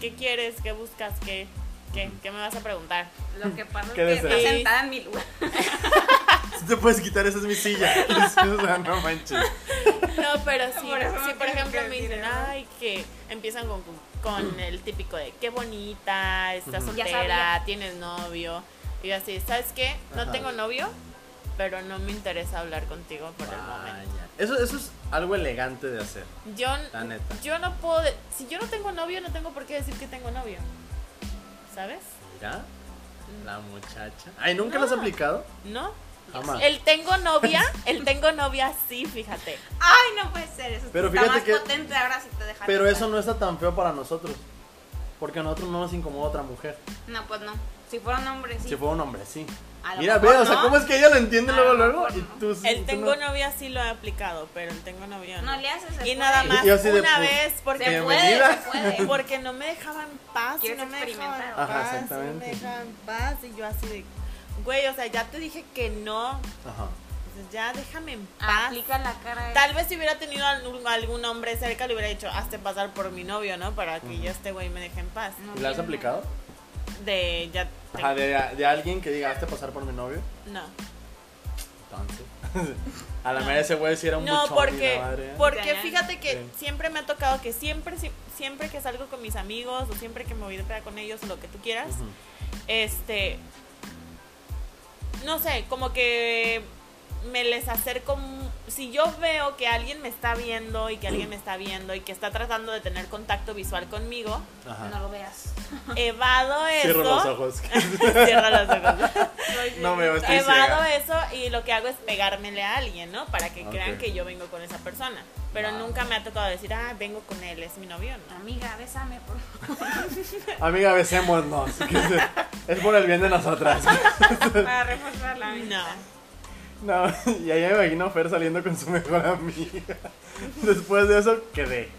¿Qué quieres? ¿Qué buscas? ¿Qué, qué, qué me vas a preguntar?
Lo que pasa es
¿Qué
que
desea?
está sentada en mi lugar.
Si te puedes quitar, esa es mi silla. (laughs) o sea, no manches.
No,
(laughs)
pero sí,
Por eso no
sí, por
tienen
ejemplo,
que
me dicen,
decir eso.
ay, que empiezan con, con el típico de, qué bonita, estás
Ujú.
Ya
soltera,
sabía.
tienes novio. Y yo así, ¿sabes qué? No
Ajá.
tengo novio, pero no me interesa hablar contigo por el momento.
Vaya. Eso, eso es algo elegante de hacer,
Yo,
la neta.
yo no puedo, de- si yo no tengo novio, no tengo por qué decir que tengo novio. ¿Sabes?
Mira, la muchacha. Ay, ¿nunca lo has
Ah.
No.
aplicado?
¿No?
Jamás.
El tengo novia, el tengo novia sí, fíjate.
Ay, no puede ser. Eso
Pero
está
fíjate
más
que-
potente ahora si te dejan.
Pero eso no está tan feo para nosotros. Porque a nosotros no nos incomoda otra mujer.
No, pues no. Si fueron hombres, sí.
Si fuera un hombre, sí.
A lo
Mira,
mejor
ve, o sea,
no.
¿cómo es que ella lo entiende
A
luego,
lo
luego?
mejor
Y
no.
tú sí, tú
El tengo
no.
novia sí lo he aplicado, pero el tengo novio no.
No le haces. se
y
puede.
nada más
Yo
una
así de, pues,
vez
Se
porque,
puede,
Bienvenida.
se puede.
porque no me dejaban paz, y
Quieres
no me dejaban
experimentar.
paz,
Ajá,
y no
exactamente.
me dejaban paz y yo así de güey, o sea, ya te dije que no,
Ajá.
pues ya déjame en paz.
"Ah, Aplica la cara. de-
Tal vez si hubiera tenido algún, algún hombre cerca le hubiera dicho, hazte pasar por mi novio, ¿no? Para que
Ujú.
yo este güey me deje en paz.
No
¿Y la has
tiene-
aplicado?
De ya te-
Ajá, de, de alguien que diga, hazte pasar por mi novio.
no.
Entonces. (laughs) a la madre ese güey si era un
No,
buchón y
porque
la madre.
porque
Ya.
fíjate que
Sí.
siempre me ha tocado que siempre si- siempre que salgo con mis amigos o siempre que me voy de peda con ellos o lo que tú quieras,
Ujú.
este no sé, como que me les acerco mu- si yo veo que alguien me está viendo y que alguien me está viendo y que está tratando de tener contacto visual conmigo,
Ajá.
No lo veas.
evado eso.
Cierro los ojos.
(laughs) Cierra los ojos.
no veo,
(laughs)
estoy
Evado
ciega.
eso y lo que hago es pegármele a alguien, ¿no? Para que crean
Ok.
que yo vengo con esa persona. Pero
Va.
nunca me ha tocado decir, ah, vengo con él, es mi novio, ¿no?
Amiga, bésame.
(laughs)
Por...
Amiga, besémonos. que se- es por el bien de nosotras.
Para reforzar la
No.
No, (laughs) y ahí me imagino a Fer saliendo con su mejor amiga. (laughs) Después de eso, quedé.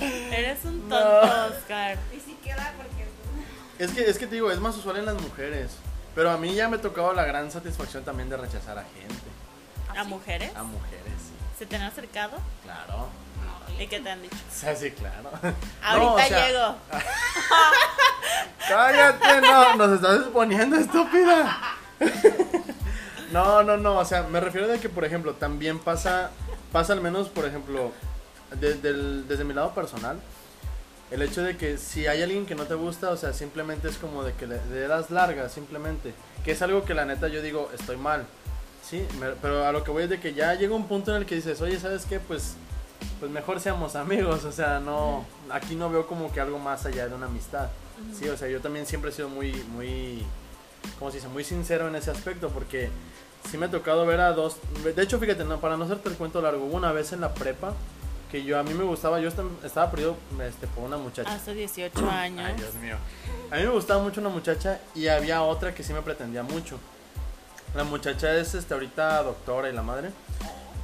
Eres un
No.
tonto, Oscar.
Y si queda porque.
Es que, es que te digo, es más usual en las mujeres. Pero a mí ya me tocaba la gran satisfacción también de rechazar a gente.
¿A mujeres?
A mujeres, sí.
¿Se te han acercado?
Claro.
¿Y qué te han dicho?
O sea, sí, claro.
Ahorita
No, o sea,
llego.
Cállate, no, nos estás exponiendo, estúpida. No, no, no, o sea, me refiero de que, por ejemplo, también pasa, pasa al menos, por ejemplo, desde, el- desde mi lado personal, el hecho de que si hay alguien que no te gusta, o sea, simplemente es como de que le, le das largas, simplemente, que es algo que la neta yo digo, estoy mal, sí, me- pero a lo que voy es de que ya llega un punto en el que dices, oye, ¿sabes qué? Pues, pues mejor seamos amigos, o sea, no, aquí no veo como que algo más allá de una amistad. Sí, o sea, yo también siempre he sido muy, muy, ¿cómo se dice? Muy sincero en ese aspecto, porque sí me ha tocado ver a dos, de hecho, fíjate, no, para no hacerte el cuento largo, hubo una vez en la prepa que yo, a mí me gustaba, yo estam- estaba perdido este, por una muchacha.
Hace 18 años.
Ay, Dios mío. A mí me gustaba mucho una muchacha y había otra que sí me pretendía mucho. La muchacha es este ahorita doctora y la madre.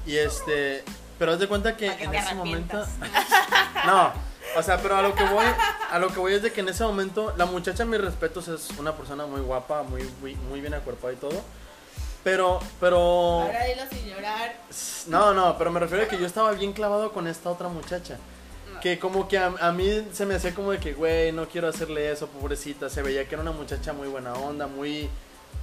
Y este, pero haz de cuenta que
Pa' que
en
te
ese momento
arrepientas.
(laughs) No, o sea, pero a lo que voy, a lo que voy es de que en ese momento la muchacha mis respetos es una persona muy guapa, muy muy, muy bien acuerpada y todo. Pero pero
Ahora dilo sin llorar.
no, no, pero me refiero a que yo estaba bien clavado con esta otra muchacha. Que como que a, a mí se me hacía como de que, güey, no quiero hacerle eso, pobrecita. Se veía que era una muchacha muy buena onda, muy...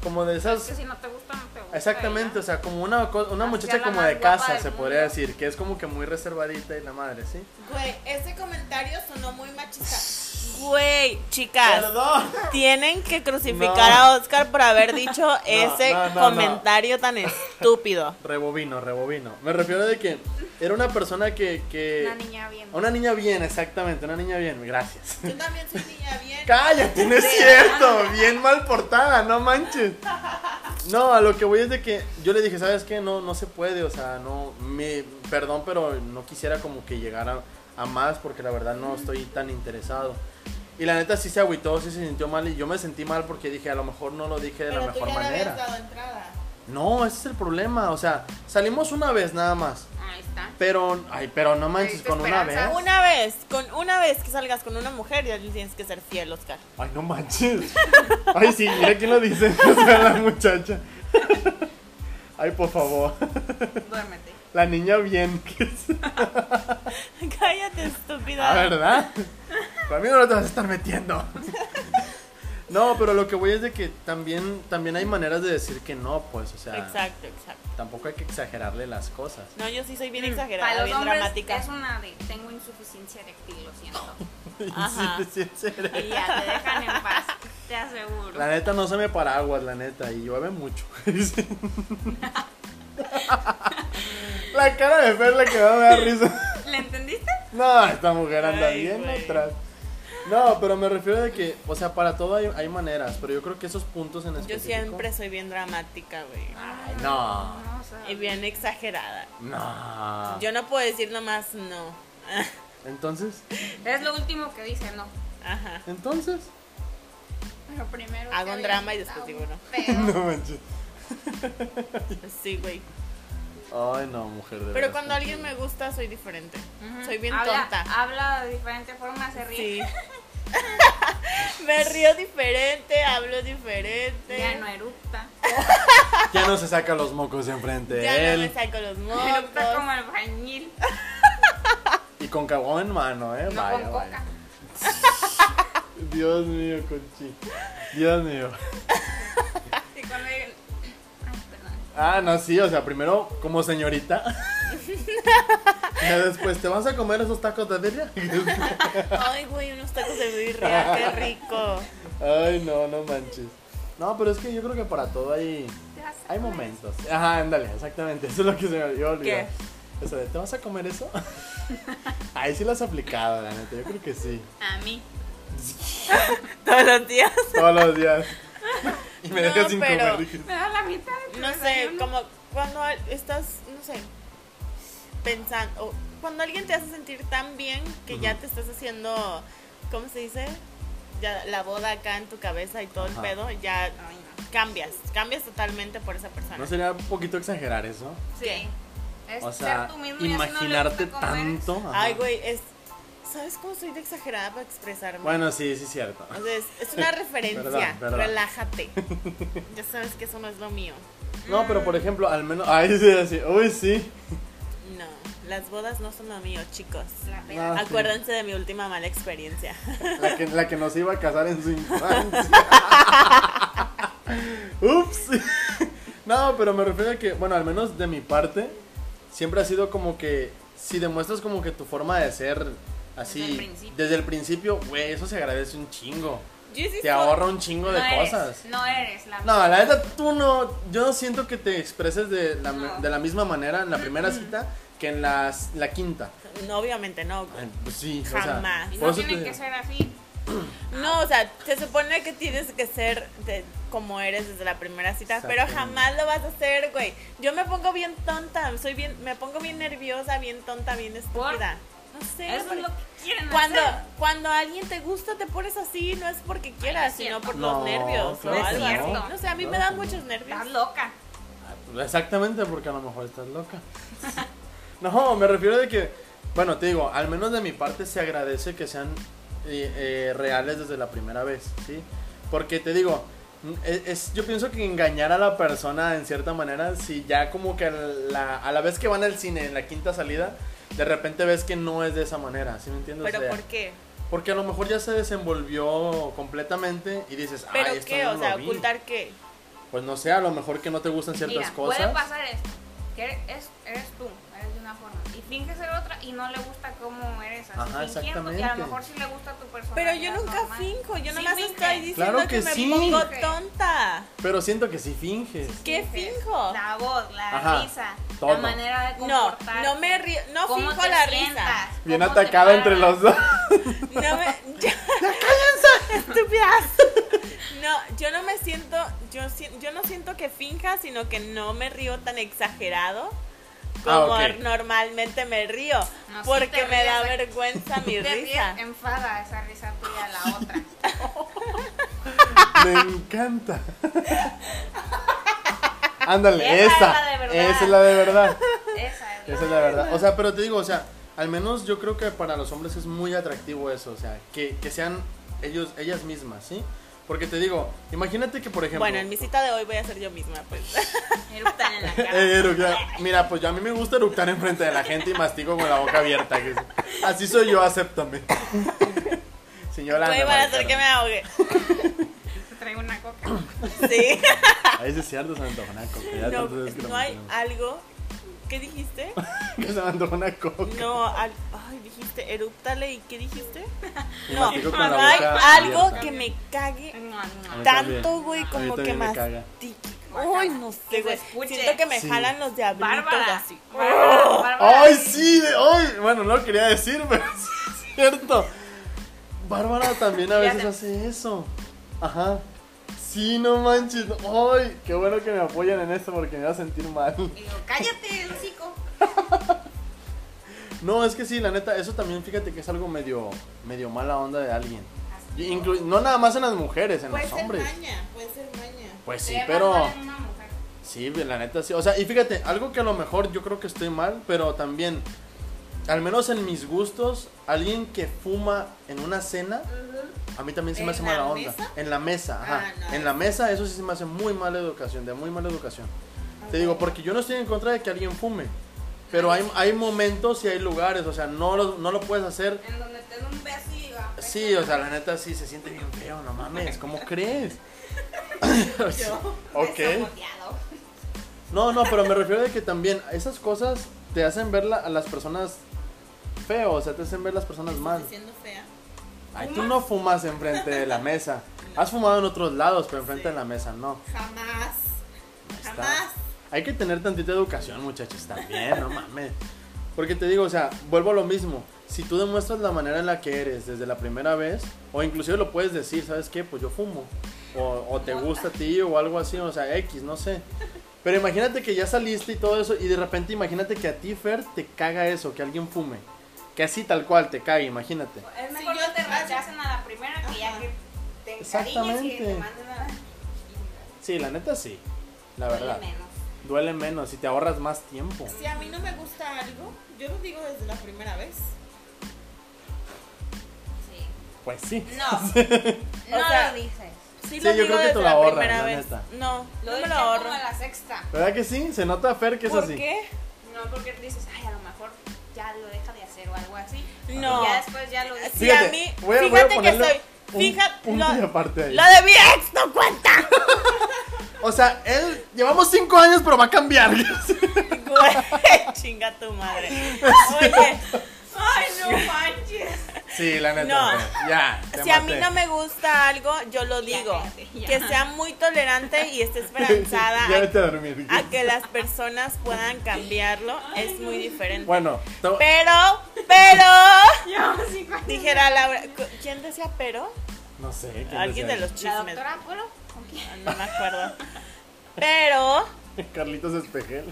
Como de
Es que
esas...
si no te gusta, no te gusta.
Exactamente, o
ya.
sea, como una, co- una
Hacía
muchacha
la
como
más
de
guapa
casa,
del
se
mundo.
podría decir. Que es como que muy reservadita y la madre, ¿sí?
Güey, ese comentario sonó muy machista. Güey, chicas,
¡Perdón!
tienen que crucificar
No.
a Oscar por haber dicho ese
no, no, no.
comentario tan estúpido.
Rebobino, rebobino. Me refiero de que era una persona que... que
Una niña bien.
eh, Una niña bien, exactamente, una niña bien. Gracias.
Yo también soy niña bien.
Cállate, no es cierto. Bien mal portada, no manches. No, a lo que voy es de que yo le dije, ¿sabes qué? No, no se puede, o sea, no, me, perdón, pero no quisiera como que llegar a, a más porque la verdad no estoy tan interesado. Y la neta sí se agüitó, sí se sintió mal y yo me sentí mal porque dije, a lo mejor no lo dije de la mejor manera.
dado entrada.
No, ese es el problema, o sea, salimos una vez nada más,
Ahí está.
pero, ay, pero no manches,
diste
con una vez.
esperanza.
Una vez, con una vez que salgas con una mujer, ya le tienes que ser fiel, Oscar. (laughs)
Ay, no manches. (laughs) Ay, sí, mira quién lo dice. (laughs) O sea, la muchacha. Ay, por favor.
Duérmete.
La niña bien. (laughs) que es-
Cállate, estúpida.
Ah, ¿verdad? Conmigo no te vas a estar metiendo. (laughs) No, pero lo que voy es de que también, también hay maneras de decir que no, pues, o sea,
Exacto, exacto.
tampoco hay que exagerarle las cosas. (laughs)
No, yo sí soy (laughs) bien
Mm, Para
exagerada,
los
bien
hombres
dramática.
es una de tengo insuficiencia eréctil, lo siento.
Ajá.
Sí, sí, sí, sí.
Y ya te dejan en paz, te aseguro.
La neta no se me paraguas, la neta, y llueve mucho. (laughs)
(laughs)
Sí. la cara de Fer la que va a dar risa.
¿Le entendiste?
No, esta mujer anda
Ay,
bien
güey.
atrás. No, pero me refiero de que, o sea, para todo hay, hay maneras, pero yo creo que esos puntos en
Yo
específico.
siempre soy bien dramática, güey.
Ay, no.
No, o sea,
Y bien exagerada.
No.
Yo no puedo decir nomás no. (laughs)
Entonces,
es lo último que dice, no.
Ajá.
entonces.
(laughs)
Pero primero.
Hago
te
un drama y
avienta
después
un
digo no.
pedo.
(laughs)
manches.
Sí, güey.
Ay, no, mujer de
Pero
veras.
cuando alguien me gusta, soy diferente.
Ujú.
Soy bien
Habla-
tonta.
Habla de diferente forma, se (laughs)
Sí.
ríe.
me río diferente, hablo diferente.
Ya
(laughs)
no eructa.
Ya no se saca los mocos de enfrente
Ya
de
no me
él.
saco los
Eructa
mocos.
como el bañil.
(laughs)
y con cagón en mano, eh.
No
vaya,
con
vaya.
coca.
Dios mío, Conchi. Dios mío.
Y cuando digan. Ay, perdón.
Ah, no, sí, o sea, primero como
(laughs)
señorita. Ya después, ¿te vas a comer esos tacos de birria?
(laughs) Ay, güey, unos tacos de birria, qué rico.
Ay, no, no manches. No, pero es que yo creo que para todo hay,
Te vas a
hay
comer.
momentos. Ajá, ándale, exactamente. Eso es lo que se me olvidó. olvidar. Eso de, ¿te vas a comer eso? (laughs) Ahí sí lo has aplicado, la neta. Yo creo que sí.
A mí.
Todos los días.
Todos los
(laughs)
días. Y me
No,
dejas sin
pero-
comer. dije.
Me da la mitad de tu
No sé,
desayuno.
como cuando al- estás, no sé, pensando, o cuando alguien te hace sentir tan bien que ya
Ujú.
te estás haciendo, ¿cómo se dice? Ya la boda acá en tu cabeza y todo el
Ajá.
pedo, ya
Ay, no.
cambias, cambias totalmente por esa persona.
¿No sería un poquito exagerar eso?
Sí. Es
O sea,
ser tú mismo y así no le
imaginarte
gusta comer.
tanto. ajá.
Ay, güey, es, ¿sabes cómo soy de exagerada para expresarme?
Bueno, sí, sí, es cierto. (laughs)
O sea, es, es una referencia,
Perdón, perdón.
relájate. Ya sabes que eso no es lo mío.
Mm.
No, pero por ejemplo, al menos. Ay, sí, así. Uy, sí.
No, las bodas no son lo mío, chicos.
La peda.
Ah, sí.
Acuérdense de mi última mala experiencia. (laughs)
La que, la que nos iba a casar en su infancia. Ups. No, pero me refiero a que, bueno, al menos de mi parte, siempre ha sido como que, si demuestras como que tu forma de ser así,
Desde el principio.
desde el principio, güey, eso se agradece un chingo.
Yo sí
Te
soy-
ahorra un chingo de
eres,
cosas.
No eres la
No, la neta, tú no, yo no siento que te expreses de la,
No.
de la misma manera en la primera cita que en las- la quinta.
No, obviamente no.
Ay, pues sí,
Jamás.
o sea,
Y
por
no
eso
tiene
te-
que ser así.
No, o sea, se supone que tienes que ser de- como eres desde la primera cita, pero
Exactamente.
jamás lo vas a hacer, güey. Yo me pongo bien tonta, soy bien, me pongo bien nerviosa, bien tonta, bien estúpida. No sé. me
Eso
pare-
es lo que quieren
cuando
hacer.
cuando a alguien te gusta te pones así, no es porque quieras,
es
sino
cierto.
por
No,
los nervios
claro
o
que
algo
no.
así. No sé, a mí
Claro
me
que
dan
no.
muchos nervios.
Estás loca.
Exactamente, porque a lo mejor estás loca. (laughs) No, me refiero de que, bueno, te digo, al menos de mi parte se agradece que sean eh, eh, reales desde la primera vez, ¿sí? Porque te digo, mm, es, es- yo pienso que engañar a la persona en cierta manera, si ya como que a la, a la vez que van al cine, en la quinta salida, de repente ves que no es de esa manera, ¿sí me entiendes? O
Pero
sea,
¿por qué?
porque a lo mejor ya se desenvolvió completamente y dices,
¿Pero
ay, esto
qué?
no
o
lo
sea,
vi".
ocultar qué.
Pues no sé, a lo mejor que no te gustan ciertas
Mira,
cosas.
puede pasar esto. Que eres, eres tú, eres de una forma. Y finges ser otra y no le gusta cómo eres así.
Ajá,
fingiendo,
exactamente.
Y a lo mejor sí le gusta tu persona.
Pero yo nunca finjo, yo
Sí
nomás
finges.
estoy diciendo
Claro
que,
que
me
sí.
pongo
Finges.
tonta.
Pero siento que sí finges.
¿Qué finjo?
La voz, la
Ajá,
risa,
todo.
la manera de
No,
comportarte.
no me río, no
cómo
finjo
te
la
sientas,
risa.
Bien
cómo te
atacada entre
paras.
los dos. (laughs)
No me.
(laughs)
(laughs) ya- No, yo no me siento. Yo, si- yo no siento que finja, sino que no me río tan exagerado
Ah,
como
ok.
normalmente me río.
No, sí
porque
te
me da
ríes, (laughs)
vergüenza mi
Te ríes,
risa.
enfada esa risa tuya a la otra.
Me
(laughs)
encanta. Ándale,
Esa es
esa.
la de verdad.
Esa es la de
(laughs)
verdad.
Esa es la
Esa es la verdad. O sea, pero te digo, o sea, al menos yo creo que para los hombres es muy atractivo eso. O sea, que, que sean ellos, ellas mismas, ¿sí? Porque te digo, imagínate que, por ejemplo.
Bueno, en mi cita de hoy voy a ser yo misma, pues. (laughs)
Eructan en la cara.
(laughs) Eh, eructar. Mira, pues yo a mí me gusta eructar enfrente de la gente y mastico con la boca abierta. que es- Así soy yo,
(laughs)
acéptame. Señora.
Hoy
Ana
van a
María
hacer que
Carmen.
me ahogue.
Te traigo una
(coughs)
coca.
Sí.
Ahí sí es cierto, se me antoja una coca. ya
No,
tantas veces que lo
no hay
mencionamos.
algo. ¿Qué dijiste?
(laughs) que se me antoja una coca.
No, al- ay, dijiste, erúptale y ¿qué dijiste?
Y
No,
mastico con la
no hay
boca
algo
abierta.
que me cague
A mí
tanto,
también.
güey,
A mí
como que
también me caga.
mastique. Uy, no sé,
Que se
güey.
escuche.
Siento que me
Sí.
jalan los diablitos
Bárbara.
así.
Bárbara, Bárbara.
¡Ay, sí! de- ¡Ay! Bueno, no lo quería decir, (laughs) pero sí es cierto. Bárbara también a veces
Fíjate.
hace eso. Ajá. Sí, no manches. ¡Ay! Qué bueno que me apoyan en esto porque me va a sentir mal.
Y digo, cállate, el hocico.
No, es que sí, la neta, eso también fíjate que es algo medio, medio mala onda de alguien. Y inclu- no nada más en las mujeres, en
Pues
los hombres.
maña, puede ser maña.
Pues sí,
Te va
pero...
mal una mujer.
Sí, la neta sí. O sea, y fíjate, algo que a lo mejor yo creo que estoy mal, pero también, al menos en mis gustos, alguien que fuma en una cena, a mí también se me
¿En
hace
la
mala onda.
mesa?
En la mesa, ajá.
Ah, no.
En la mesa, eso sí se me hace muy mala educación, de muy mala educación. Te digo, porque yo no estoy en contra de que alguien fume, pero hay, hay momentos y hay lugares, o sea, no lo, no lo puedes hacer.
En donde te da un beso y diga,
Sí,
(laughs)
o sea, la neta sí se siente bien feo, no mames, ¿cómo
(laughs)
crees?
beso
(laughs) ok.
moteado.
No, no, pero me refiero de que también esas cosas te hacen ver la- a las personas feo, o sea, te hacen ver las personas mal.
Siendo fea.
Ay, tú no fumas enfrente de la mesa. Has fumado en otros lados, pero enfrente de la mesa no.
Jamás.
Está- Hay que tener tantita educación, muchachos, también, no mames. Porque te digo, o sea, vuelvo a lo mismo. Si tú demuestras la manera en la que eres desde la primera vez, o inclusive lo puedes decir, ¿sabes qué? Pues yo fumo. O, o te gusta a ti o algo así, o sea, X, no sé. Pero imagínate que ya saliste y todo eso, y de repente imagínate que a ti, Fer, te caga eso, que alguien fume. Que así tal cual te cague, imagínate.
Es mejor
yo
que te
te rayo.
rechacen a la primera que ya
Ajá.
que te encariñes y
Exactamente.
te manden a la
Sí, la neta sí. La verdad.
Duele menos.
Duele menos y te ahorras más tiempo.
Si a mí no me gusta algo, yo lo digo desde la primera vez.
Sí.
Pues sí.
No. no
Pues
O sea,
lo dices.
Sí,
Sí, lo
yo
digo
creo que
desde
te lo
la
ahorras,
primera
la
vez.
neta.
No, no
Lo
me
dije
lo ahorro.
como a la sexta.
¿Verdad que sí? Se nota Fer que es
¿Por
así.
qué?
No porque dices, ay, a lo mejor ya lo deja de hacer o algo así.
No.
Y ya después ya lo
(laughs)
Sí,
dices.
Fíjate,
a mí,
voy a- voy a
fíjate que
ponerle
soy.
un
Fíjate,
punto y aparte ahí.
lo de mi ex
(laughs)
no cuenta.
O sea, él llevamos cinco años, pero va a cambiar.
(laughs) Güey, chinga tu madre. Oye,
Ay, no manches.
sí, la neta.
No.
Fer, Ya. te
si a mí
maté.
no (laughs) me gusta algo, yo lo
Ya,
digo.
cállate, ya.
Que sea muy tolerante y esté esperanzada
(laughs) ya
a-
vete a dormir.
a, que las personas puedan cambiarlo. es muy diferente.
Bueno, te-
Pero, pero.
(laughs) Llevamos cinco años.
Dijera Laura. cu- ¿Quién decía pero?
no sé. ¿quién
Alguien de
decía?
los
¿La
chismes.
doctora Apolo? ¿Con quién?
No me acuerdo. Pero,
(laughs) Carlitos Espejel.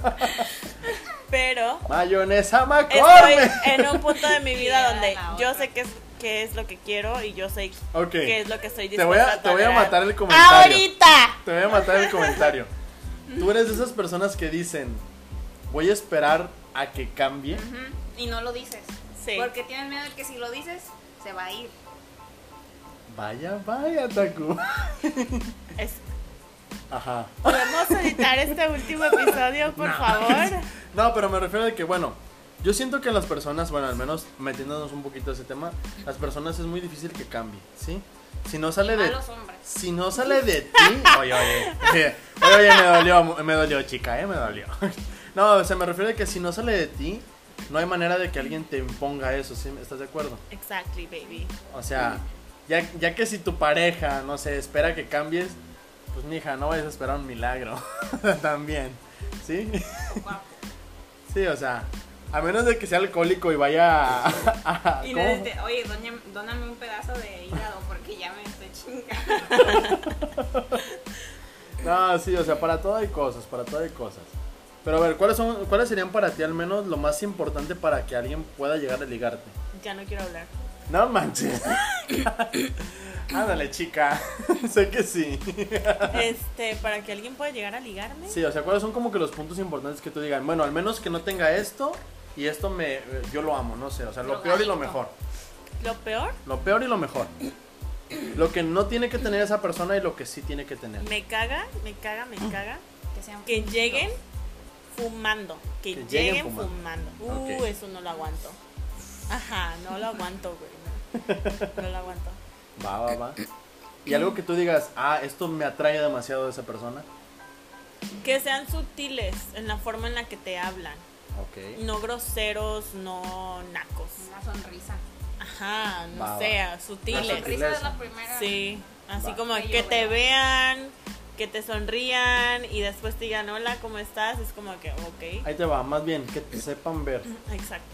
(laughs) pero.
Mayonesa
Estoy
McCormick.
en un punto de mi
(laughs)
vida
Era
donde
la
yo
otra.
sé qué es, qué es lo que quiero y yo sé
Ok.
qué es lo que estoy
Te
dispuesta
voy a- te voy a
tolerar.
matar el comentario.
¡Ahorita!
Te voy a matar el
(laughs)
comentario. Tú eres de esas personas que dicen, voy a esperar a que cambie.
Ujú, Y no lo dices.
Sí.
Porque tienes miedo de que si lo dices, se va a ir.
Vaya, vaya, Taku.
Es-
Ajá.
¿Podemos editar este último episodio, por
No. (laughs)
favor?
No, pero me refiero de que, bueno, yo siento que las personas, bueno, al menos metiéndonos un poquito a ese tema, las personas es muy difícil que cambie, ¿sí? Si no sale
A
de...
los hombres.
(laughs) Si no sale de ti... Oye, oye. Oye, oye, me dolió, me dolió, chica, ¿eh? Me dolió. (laughs) No, o sea, me refiero de que si no sale de ti, no hay manera de que alguien te imponga eso, ¿sí? ¿Estás de acuerdo?
Exactly, baby.
O sea, ya, ya que si tu pareja, no sé, espera que cambies, pues mija, no vayas a esperar un milagro. (laughs) También. ¿Sí? Sí, o sea, a menos de que sea alcohólico y vaya a. (laughs) a-
Y
¿cómo?
le dices, oye, doña, dóname un pedazo de hígado porque ya me estoy chingando.
No, sí, o sea, para todo hay cosas, para todo hay cosas. Pero a ver, ¿cuáles, son, ¿cuáles serían para ti al menos lo más importante para que alguien pueda llegar a ligarte?
Ya no quiero
(laughs)
hablar.
No manches. (coughs) Ándale, chica. (laughs) sé que sí.
Este, para que alguien pueda llegar a ligarme.
Sí, o sea, ¿cuáles son como que los puntos importantes que tú digan? Bueno, al menos que no tenga esto y esto me... eh, Yo lo amo, no sé. O sea, lo peor y lo mejor.
Lo peor,
Lo peor y lo mejor. Lo que no tiene que tener esa persona y lo que sí tiene que tener.
me caga, me caga,
Ah.
me caga.
Que, sean
Que
juntos.
lleguen fumando. Que, lleguen, fumando. Uh,
Ok.
eso no lo aguanto. Ajá, no lo aguanto, güey.
(laughs)
No, No lo aguanto.
Va, va, va. Y algo que tú digas, ah, esto me atrae demasiado de esa persona.
Que sean sutiles en la forma en la que te hablan.
Ok.
No groseros, no nacos.
Una sonrisa.
Ajá, no
Va, va.
sea,
La
Una
sutiles.
sonrisa es la primera.
Sí, así
Va.
como
Que yo
que te
vea.
vean, que te sonrían y después te digan hola, ¿cómo estás? Es como que, ok.
Ahí te va, más bien, que te sepan ver.
Exacto.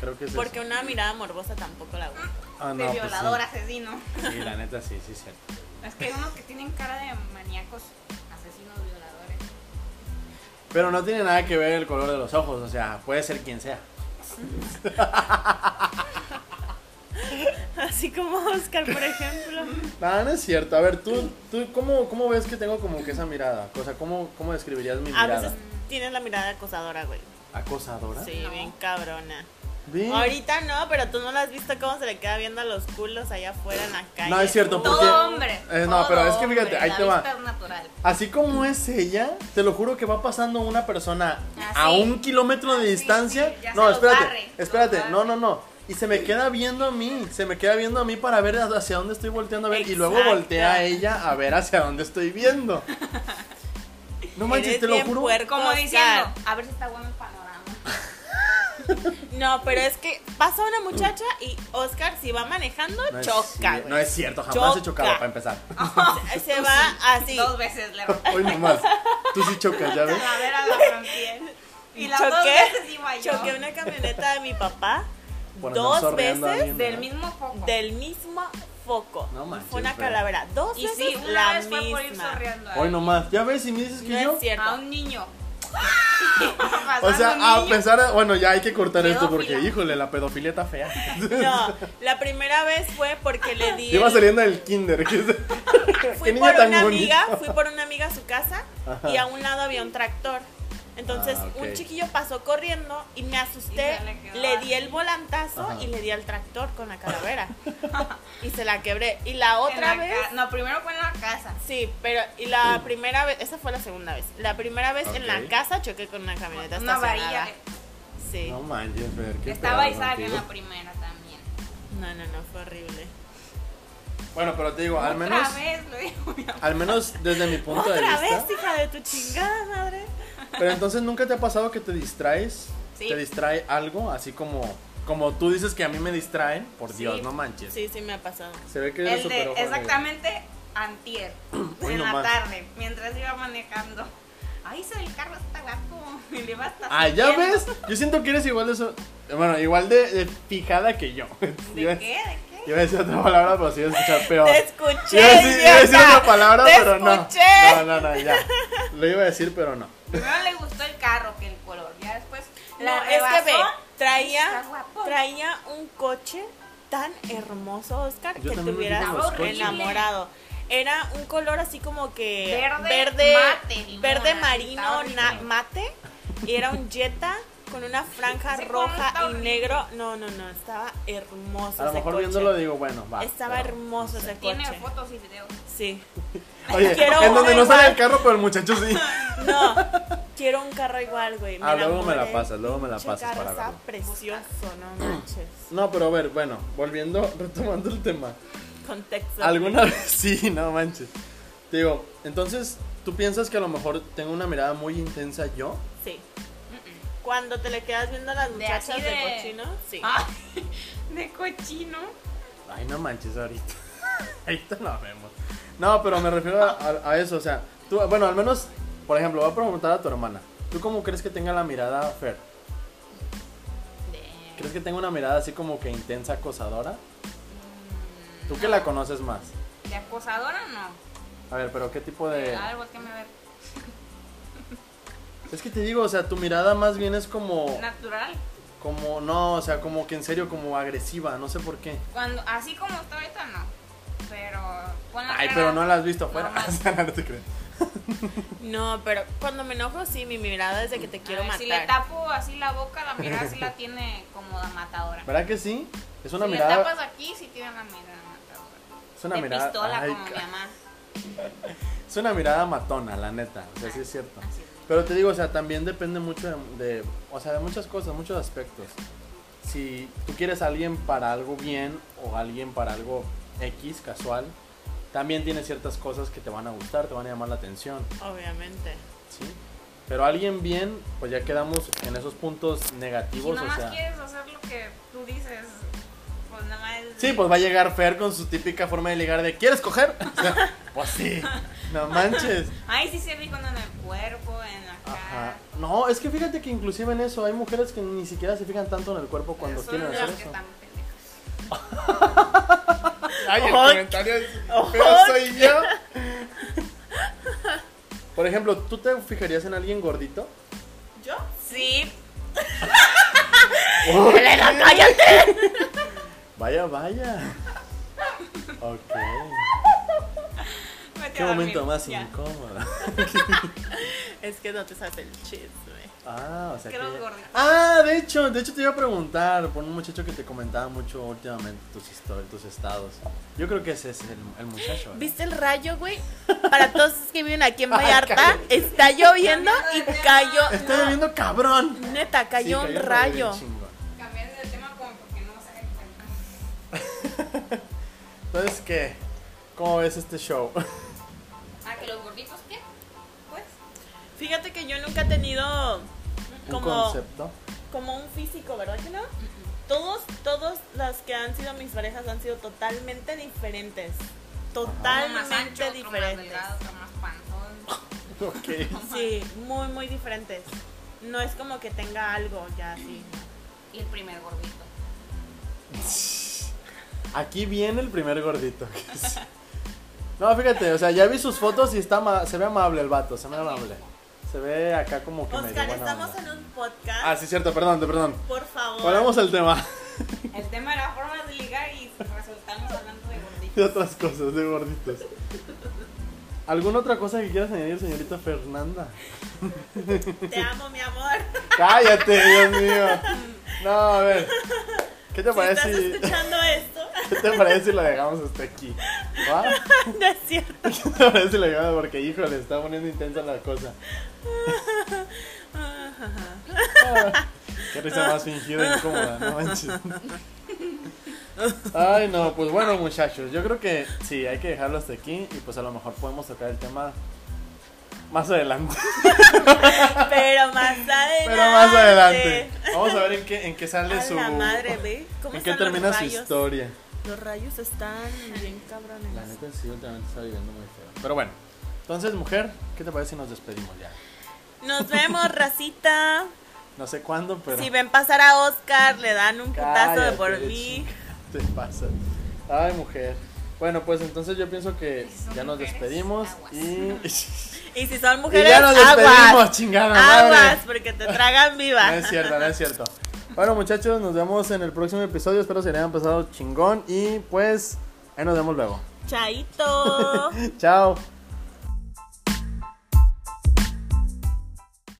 Creo que es
Porque
Pues eso.
una mirada morbosa tampoco la aguanto.
Ah,
de
pues sí.
violador, asesino.
sí, la neta sí, sí, es cierto.
Es que hay unos que tienen cara de maníacos, asesinos, violadores.
Pero no tiene nada que ver el color de los ojos, o sea, puede ser quien sea.
(laughs) Así como Oscar,
(laughs)
por ejemplo.
Nada, Ah, no es cierto. A ver, tú, tú ¿cómo, cómo ves que tengo como que esa mirada? O sea, ¿cómo, cómo describirías mi
A
mirada?
veces tienes la mirada acosadora, güey.
¿Acosadora?
Sí,
No.
bien cabrona.
Ve.
Ahorita no, pero tú no la has visto cómo se le queda viendo a los culos allá afuera en la calle.
No, es cierto,
Uh,
¿por qué?
Todo hombre.
Eh, no,
todo
pero es que fíjate,
hombre,
ahí
la
te va.
vista es natural.
Así como es ella, te lo juro que va pasando una persona
Así.
a un kilómetro de
Así,
distancia.
sí, ya
no,
se los
espérate,
barre,
espérate,
los
no,
barre.
no, no. Y se me queda viendo a mí, se me queda viendo a mí para ver hacia dónde estoy volteando a ver. Y luego
Exacto.
voltea a ella a ver hacia dónde estoy viendo. No manches,
Eres
te lo
bien
juro.
puerco.
Como
Oscar.
diciendo, a ver si está bueno el panorama.
No, pero es que pasa una muchacha y Oscar, si va manejando,
No es
choca.
cier-
güey.
no es cierto, jamás he
Choca.
chocado para empezar. (laughs)
Se- Se va así.
Dos veces le rompí
Hoy nomás. Tú sí chocas, ¿ya ves?
la vera, la rompí. Y las dos veces iba yo.
choqué una camioneta de mi papá
Por andar
dos
sorreando a
veces
alguien.
Del mismo foco.
del mismo foco.
No
Y
manches,
fue una
pero-
calavera. Dos
y
veces
sí, una
la
vez fue por ir
misma.
sorreando a
Hoy
alguien.
nomás. ¿Ya ves? Y me dices que
No
yo.
es cierto.
A
(laughs)
un niño.
O sea, ah,
Pasando un
a
niño.
pesar de- Bueno, ya hay que cortar esto porque,
Pedófila.
híjole, la pedofilia está fea.
No, la primera vez fue
(laughs)
porque le di.
Iba
el-
saliendo del kinder.
(laughs)
que es-
fui
Qué niña
por
tan
una
bonita. (laughs)
amiga, fui por una amiga a su casa
Ajá.
y a un lado había un tractor. Entonces,
Ah, ok.
un chiquillo pasó corriendo y me asusté,
Y se le quedó
le
así.
di el volantazo
Ajá.
y le di al tractor con la
(laughs)
calavera. y se la quebré. Y la otra
En la
vez...
ca- No, primero fue en la casa.
Sí, pero y la primera vez, esa fue la segunda vez. La primera vez en la
Ok.
casa choqué con una camioneta
Una
estacionada.
varilla.
Sí.
No manches, Fer, qué
Estaba
pedo
Isaac en
contigo.
la primera también.
No, no, no, fue horrible.
Bueno, pero te digo, al menos,
Otra vez lo dijo mi
al menos desde mi punto de
Otra
vista.
vez, hija de tu chingada madre.
Pero entonces nunca te ha pasado que te distraes,
Sí.
te distrae algo, así como, como tú dices que a mí me distraen, por
Sí.
Dios, no manches.
Sí, sí me ha pasado.
Se ve que eres
El
súper
de
ojo alegre.
exactamente antier,
(clears throat) Hoy
en la
nomás.
tarde, mientras iba manejando. Ay, se el carro está guapo, (laughs) y le va a estar
Ah, ya
siguiendo.
ves, yo siento que eres igual de eso, bueno, igual de, de fijada que yo.
¿De qué? ¿De qué?
(laughs) Iba a decir otra palabra, pero sí iba a escuchar peor.
Te escuché.
Iba a decir, iba a decir
idiota.
otra palabra,
Te
pero no.
escuché.
No, no, no, ya. Lo iba a decir, pero no.
Primero le gustó el carro que el color, ya después la
No, es que ve,
rebasó.
traía,
Está guapo.
traía un coche tan hermoso, Oscar,
Yo
que te
también me
hubieras
fijo en los
Estaba coches.
enamorado. Era un color así como que
Verde,
verde,
mate, limón,
verde
así, estaba
marino,
horrible.
na- mate, y era un Jetta con una franja
Ese color
roja
está
y
horrible.
negro. No, no, no, estaba hermoso
A lo
ese
mejor
coche.
viéndolo digo, bueno, va.
estaba
pero-
hermoso ese
Tiene
coche.
fotos y videos.
Sí.
Oye,
Quiero
en donde
uno
no sale el
igual.
carro, pero el muchacho
(laughs)
sí.
No, quiero un carro igual, güey.
Ah, luego me la
enamoré.
pasas, luego me la
Pinche
pasas
carro
para
está
verlo.
precioso, no manches.
No, pero a ver, bueno, volviendo, (laughs) retomando el tema.
Contexto.
¿Alguna vez? (laughs) Sí, no manches. Te digo, entonces, ¿tú piensas que a lo mejor tengo una mirada muy intensa yo?
Sí. Cuando te le quedas viendo a las
De así
muchachas de,
de-
cochino, sí.
Ah, (laughs) de cochino.
Ay, no manches, ahorita. (laughs) Ahorita nos vemos. No, pero me refiero a, a- a eso, o sea, tú, bueno, al menos, por ejemplo, voy a preguntar a tu hermana. ¿Tú cómo crees que tenga la mirada, Fer?
De-
¿Crees que tenga una mirada así como que intensa, acosadora? Tú que la conoces más.
mm, De acosadora no.
A ver, pero ¿qué tipo de...?
Algo que me ve
Es que te digo, o sea, tu mirada más bien es como...
natural.
Como, no, o sea, como que en serio, como agresiva, no sé por qué.
Cuando, así como está ahorita no. Pero con la
Ay,
cara-
pero no la has visto afuera.
No, no.
(laughs) O sea, no te crees.
No, pero cuando me enojo, sí, mi mirada es de que te
A
quiero
ver,
matar.
Si le tapo así la boca, la mirada sí la tiene como de matadora.
¿Verdad que sí? Es una
si le
mirada...
tapas aquí, sí tiene una mirada matadora.
Es una
de
mirada...
pistola
ay,
como mi
ca-
mamá.
es una mirada matona, la neta. O sea, sí es cierto.
Así.
Pero te digo, o sea, también depende mucho de, de- o sea, de muchas cosas, muchos aspectos. Si tú quieres a alguien para algo bien o alguien para algo X, casual, también tiene ciertas cosas que te van a gustar, te van a llamar la atención,
Obviamente.
¿sí? Pero alguien bien, pues ya quedamos en esos puntos
Si
negativos, o
nomás
sea...
quieres hacer lo que tú dices, pues nada más.
Sí, pues va a llegar Fer con su típica forma de ligar de ¿Quieres coger? (laughs) O sea, pues sí, no manches.
Ay, sí se fijan en el cuerpo, en la cara.
Ajá. No, es que fíjate que inclusive en eso hay mujeres que ni siquiera se fijan tanto en el cuerpo cuando
Son
quieren
las
hacer
que
eso.
están pendejas.
Ay, el
Ay.
comentario es, pero soy yo. (laughs) Por ejemplo, ¿tú te fijarías en alguien gordito?
¿Yo?
Sí,
¡Elena, cállate!
Vaya, vaya. Ok.
vete
Qué
a dormir,
momento más
ya.
incómodo.
(laughs) Es que no te sabes el chisme.
Ah, o sea
Que
que.
los gorditos.
Ah, de hecho, de hecho te iba a preguntar por un muchacho que te comentaba mucho últimamente tus historias, tus estados. Yo creo que ese es el, el muchacho. ¿verdad?
¿Viste el rayo, güey? Para todos los que viven aquí en (laughs) Vallarta, está lloviendo y cayó.
Está lloviendo cabrón.
Neta, cayó
Sí,
un
bien
rayo.
chingón.
Cambiando de tema como porque no sé.
Entonces, ¿qué? ¿Cómo ves este show?
Ah, que los gorditos, ¿qué? Pues.
Fíjate que yo nunca he tenido
Un
como,
concepto.
como un físico, ¿verdad que no? Todos, todos las que han sido mis parejas han sido totalmente diferentes.
uno más ancho,
Totalmente
otro más
diferentes.
delgado, otro más pantón.
Ok. (laughs)
Sí, muy, muy diferentes. No es como que tenga algo ya así.
Y el primer gordito.
Aquí viene el primer gordito. No, fíjate, o sea, ya vi sus fotos y está ama- se ve amable el vato, se ve amable. Se ve acá como que medio
Oscar,
buena
estamos
onda.
en un podcast.
Ah, sí, cierto, perdón, te- perdón.
Por favor.
Volvamos al tema (laughs)
El tema era formas de ligar y resultamos hablando de
de
gorditos.
otras cosas, de gorditos. ¿Alguna otra cosa que quieras añadir, señorita
(laughs)
Fernanda?
Te amo, mi amor.
Cállate, Dios mío. No, a ver. ¿Qué (laughs) te
Si estás
parece? si- (laughs)
escuchando esto, (laughs)
¿Qué te parece si la dejamos hasta aquí? ¿Va?
no es
(laughs)
cierto.
¿Qué te parece si la dejamos? Porque, híjole, está poniendo intensa la cosa. Ah, Qué risa más fingida e incómoda, no manches. Ay, no, pues bueno, muchachos, yo creo que sí, hay que dejarlo hasta aquí y pues a lo mejor podemos tocar el tema más adelante. (laughs)
Pero más adelante.
Pero más adelante. Vamos a ver en qué, en qué sale
A
su.
la madre, ve. ¿Cómo
¿En qué
están
termina
los
su
rayos?
historia?
Los rayos están bien cabrones.
La neta sí, últimamente está viviendo muy feo. Pero bueno, entonces, mujer, ¿qué te parece si nos despedimos ya?
Nos vemos, racita.
No sé cuándo, pero.
Si ven pasar a Oscar, le dan un putazo de
Cállate,
por mí.
Te pasa. Ay, mujer. Bueno, pues entonces yo pienso que
Si son
ya nos
mujeres,
despedimos
aguas.
y, (laughs)
Y si son
y
mujeres,
ya nos despedimos,
aguas.
chingada
Aguas,
madre.
porque te tragan viva.
No es cierto, no es cierto. Bueno, muchachos, nos vemos en el próximo episodio. Espero se le hayan pasado chingón y pues ahí nos vemos luego.
Chaito.
Chao.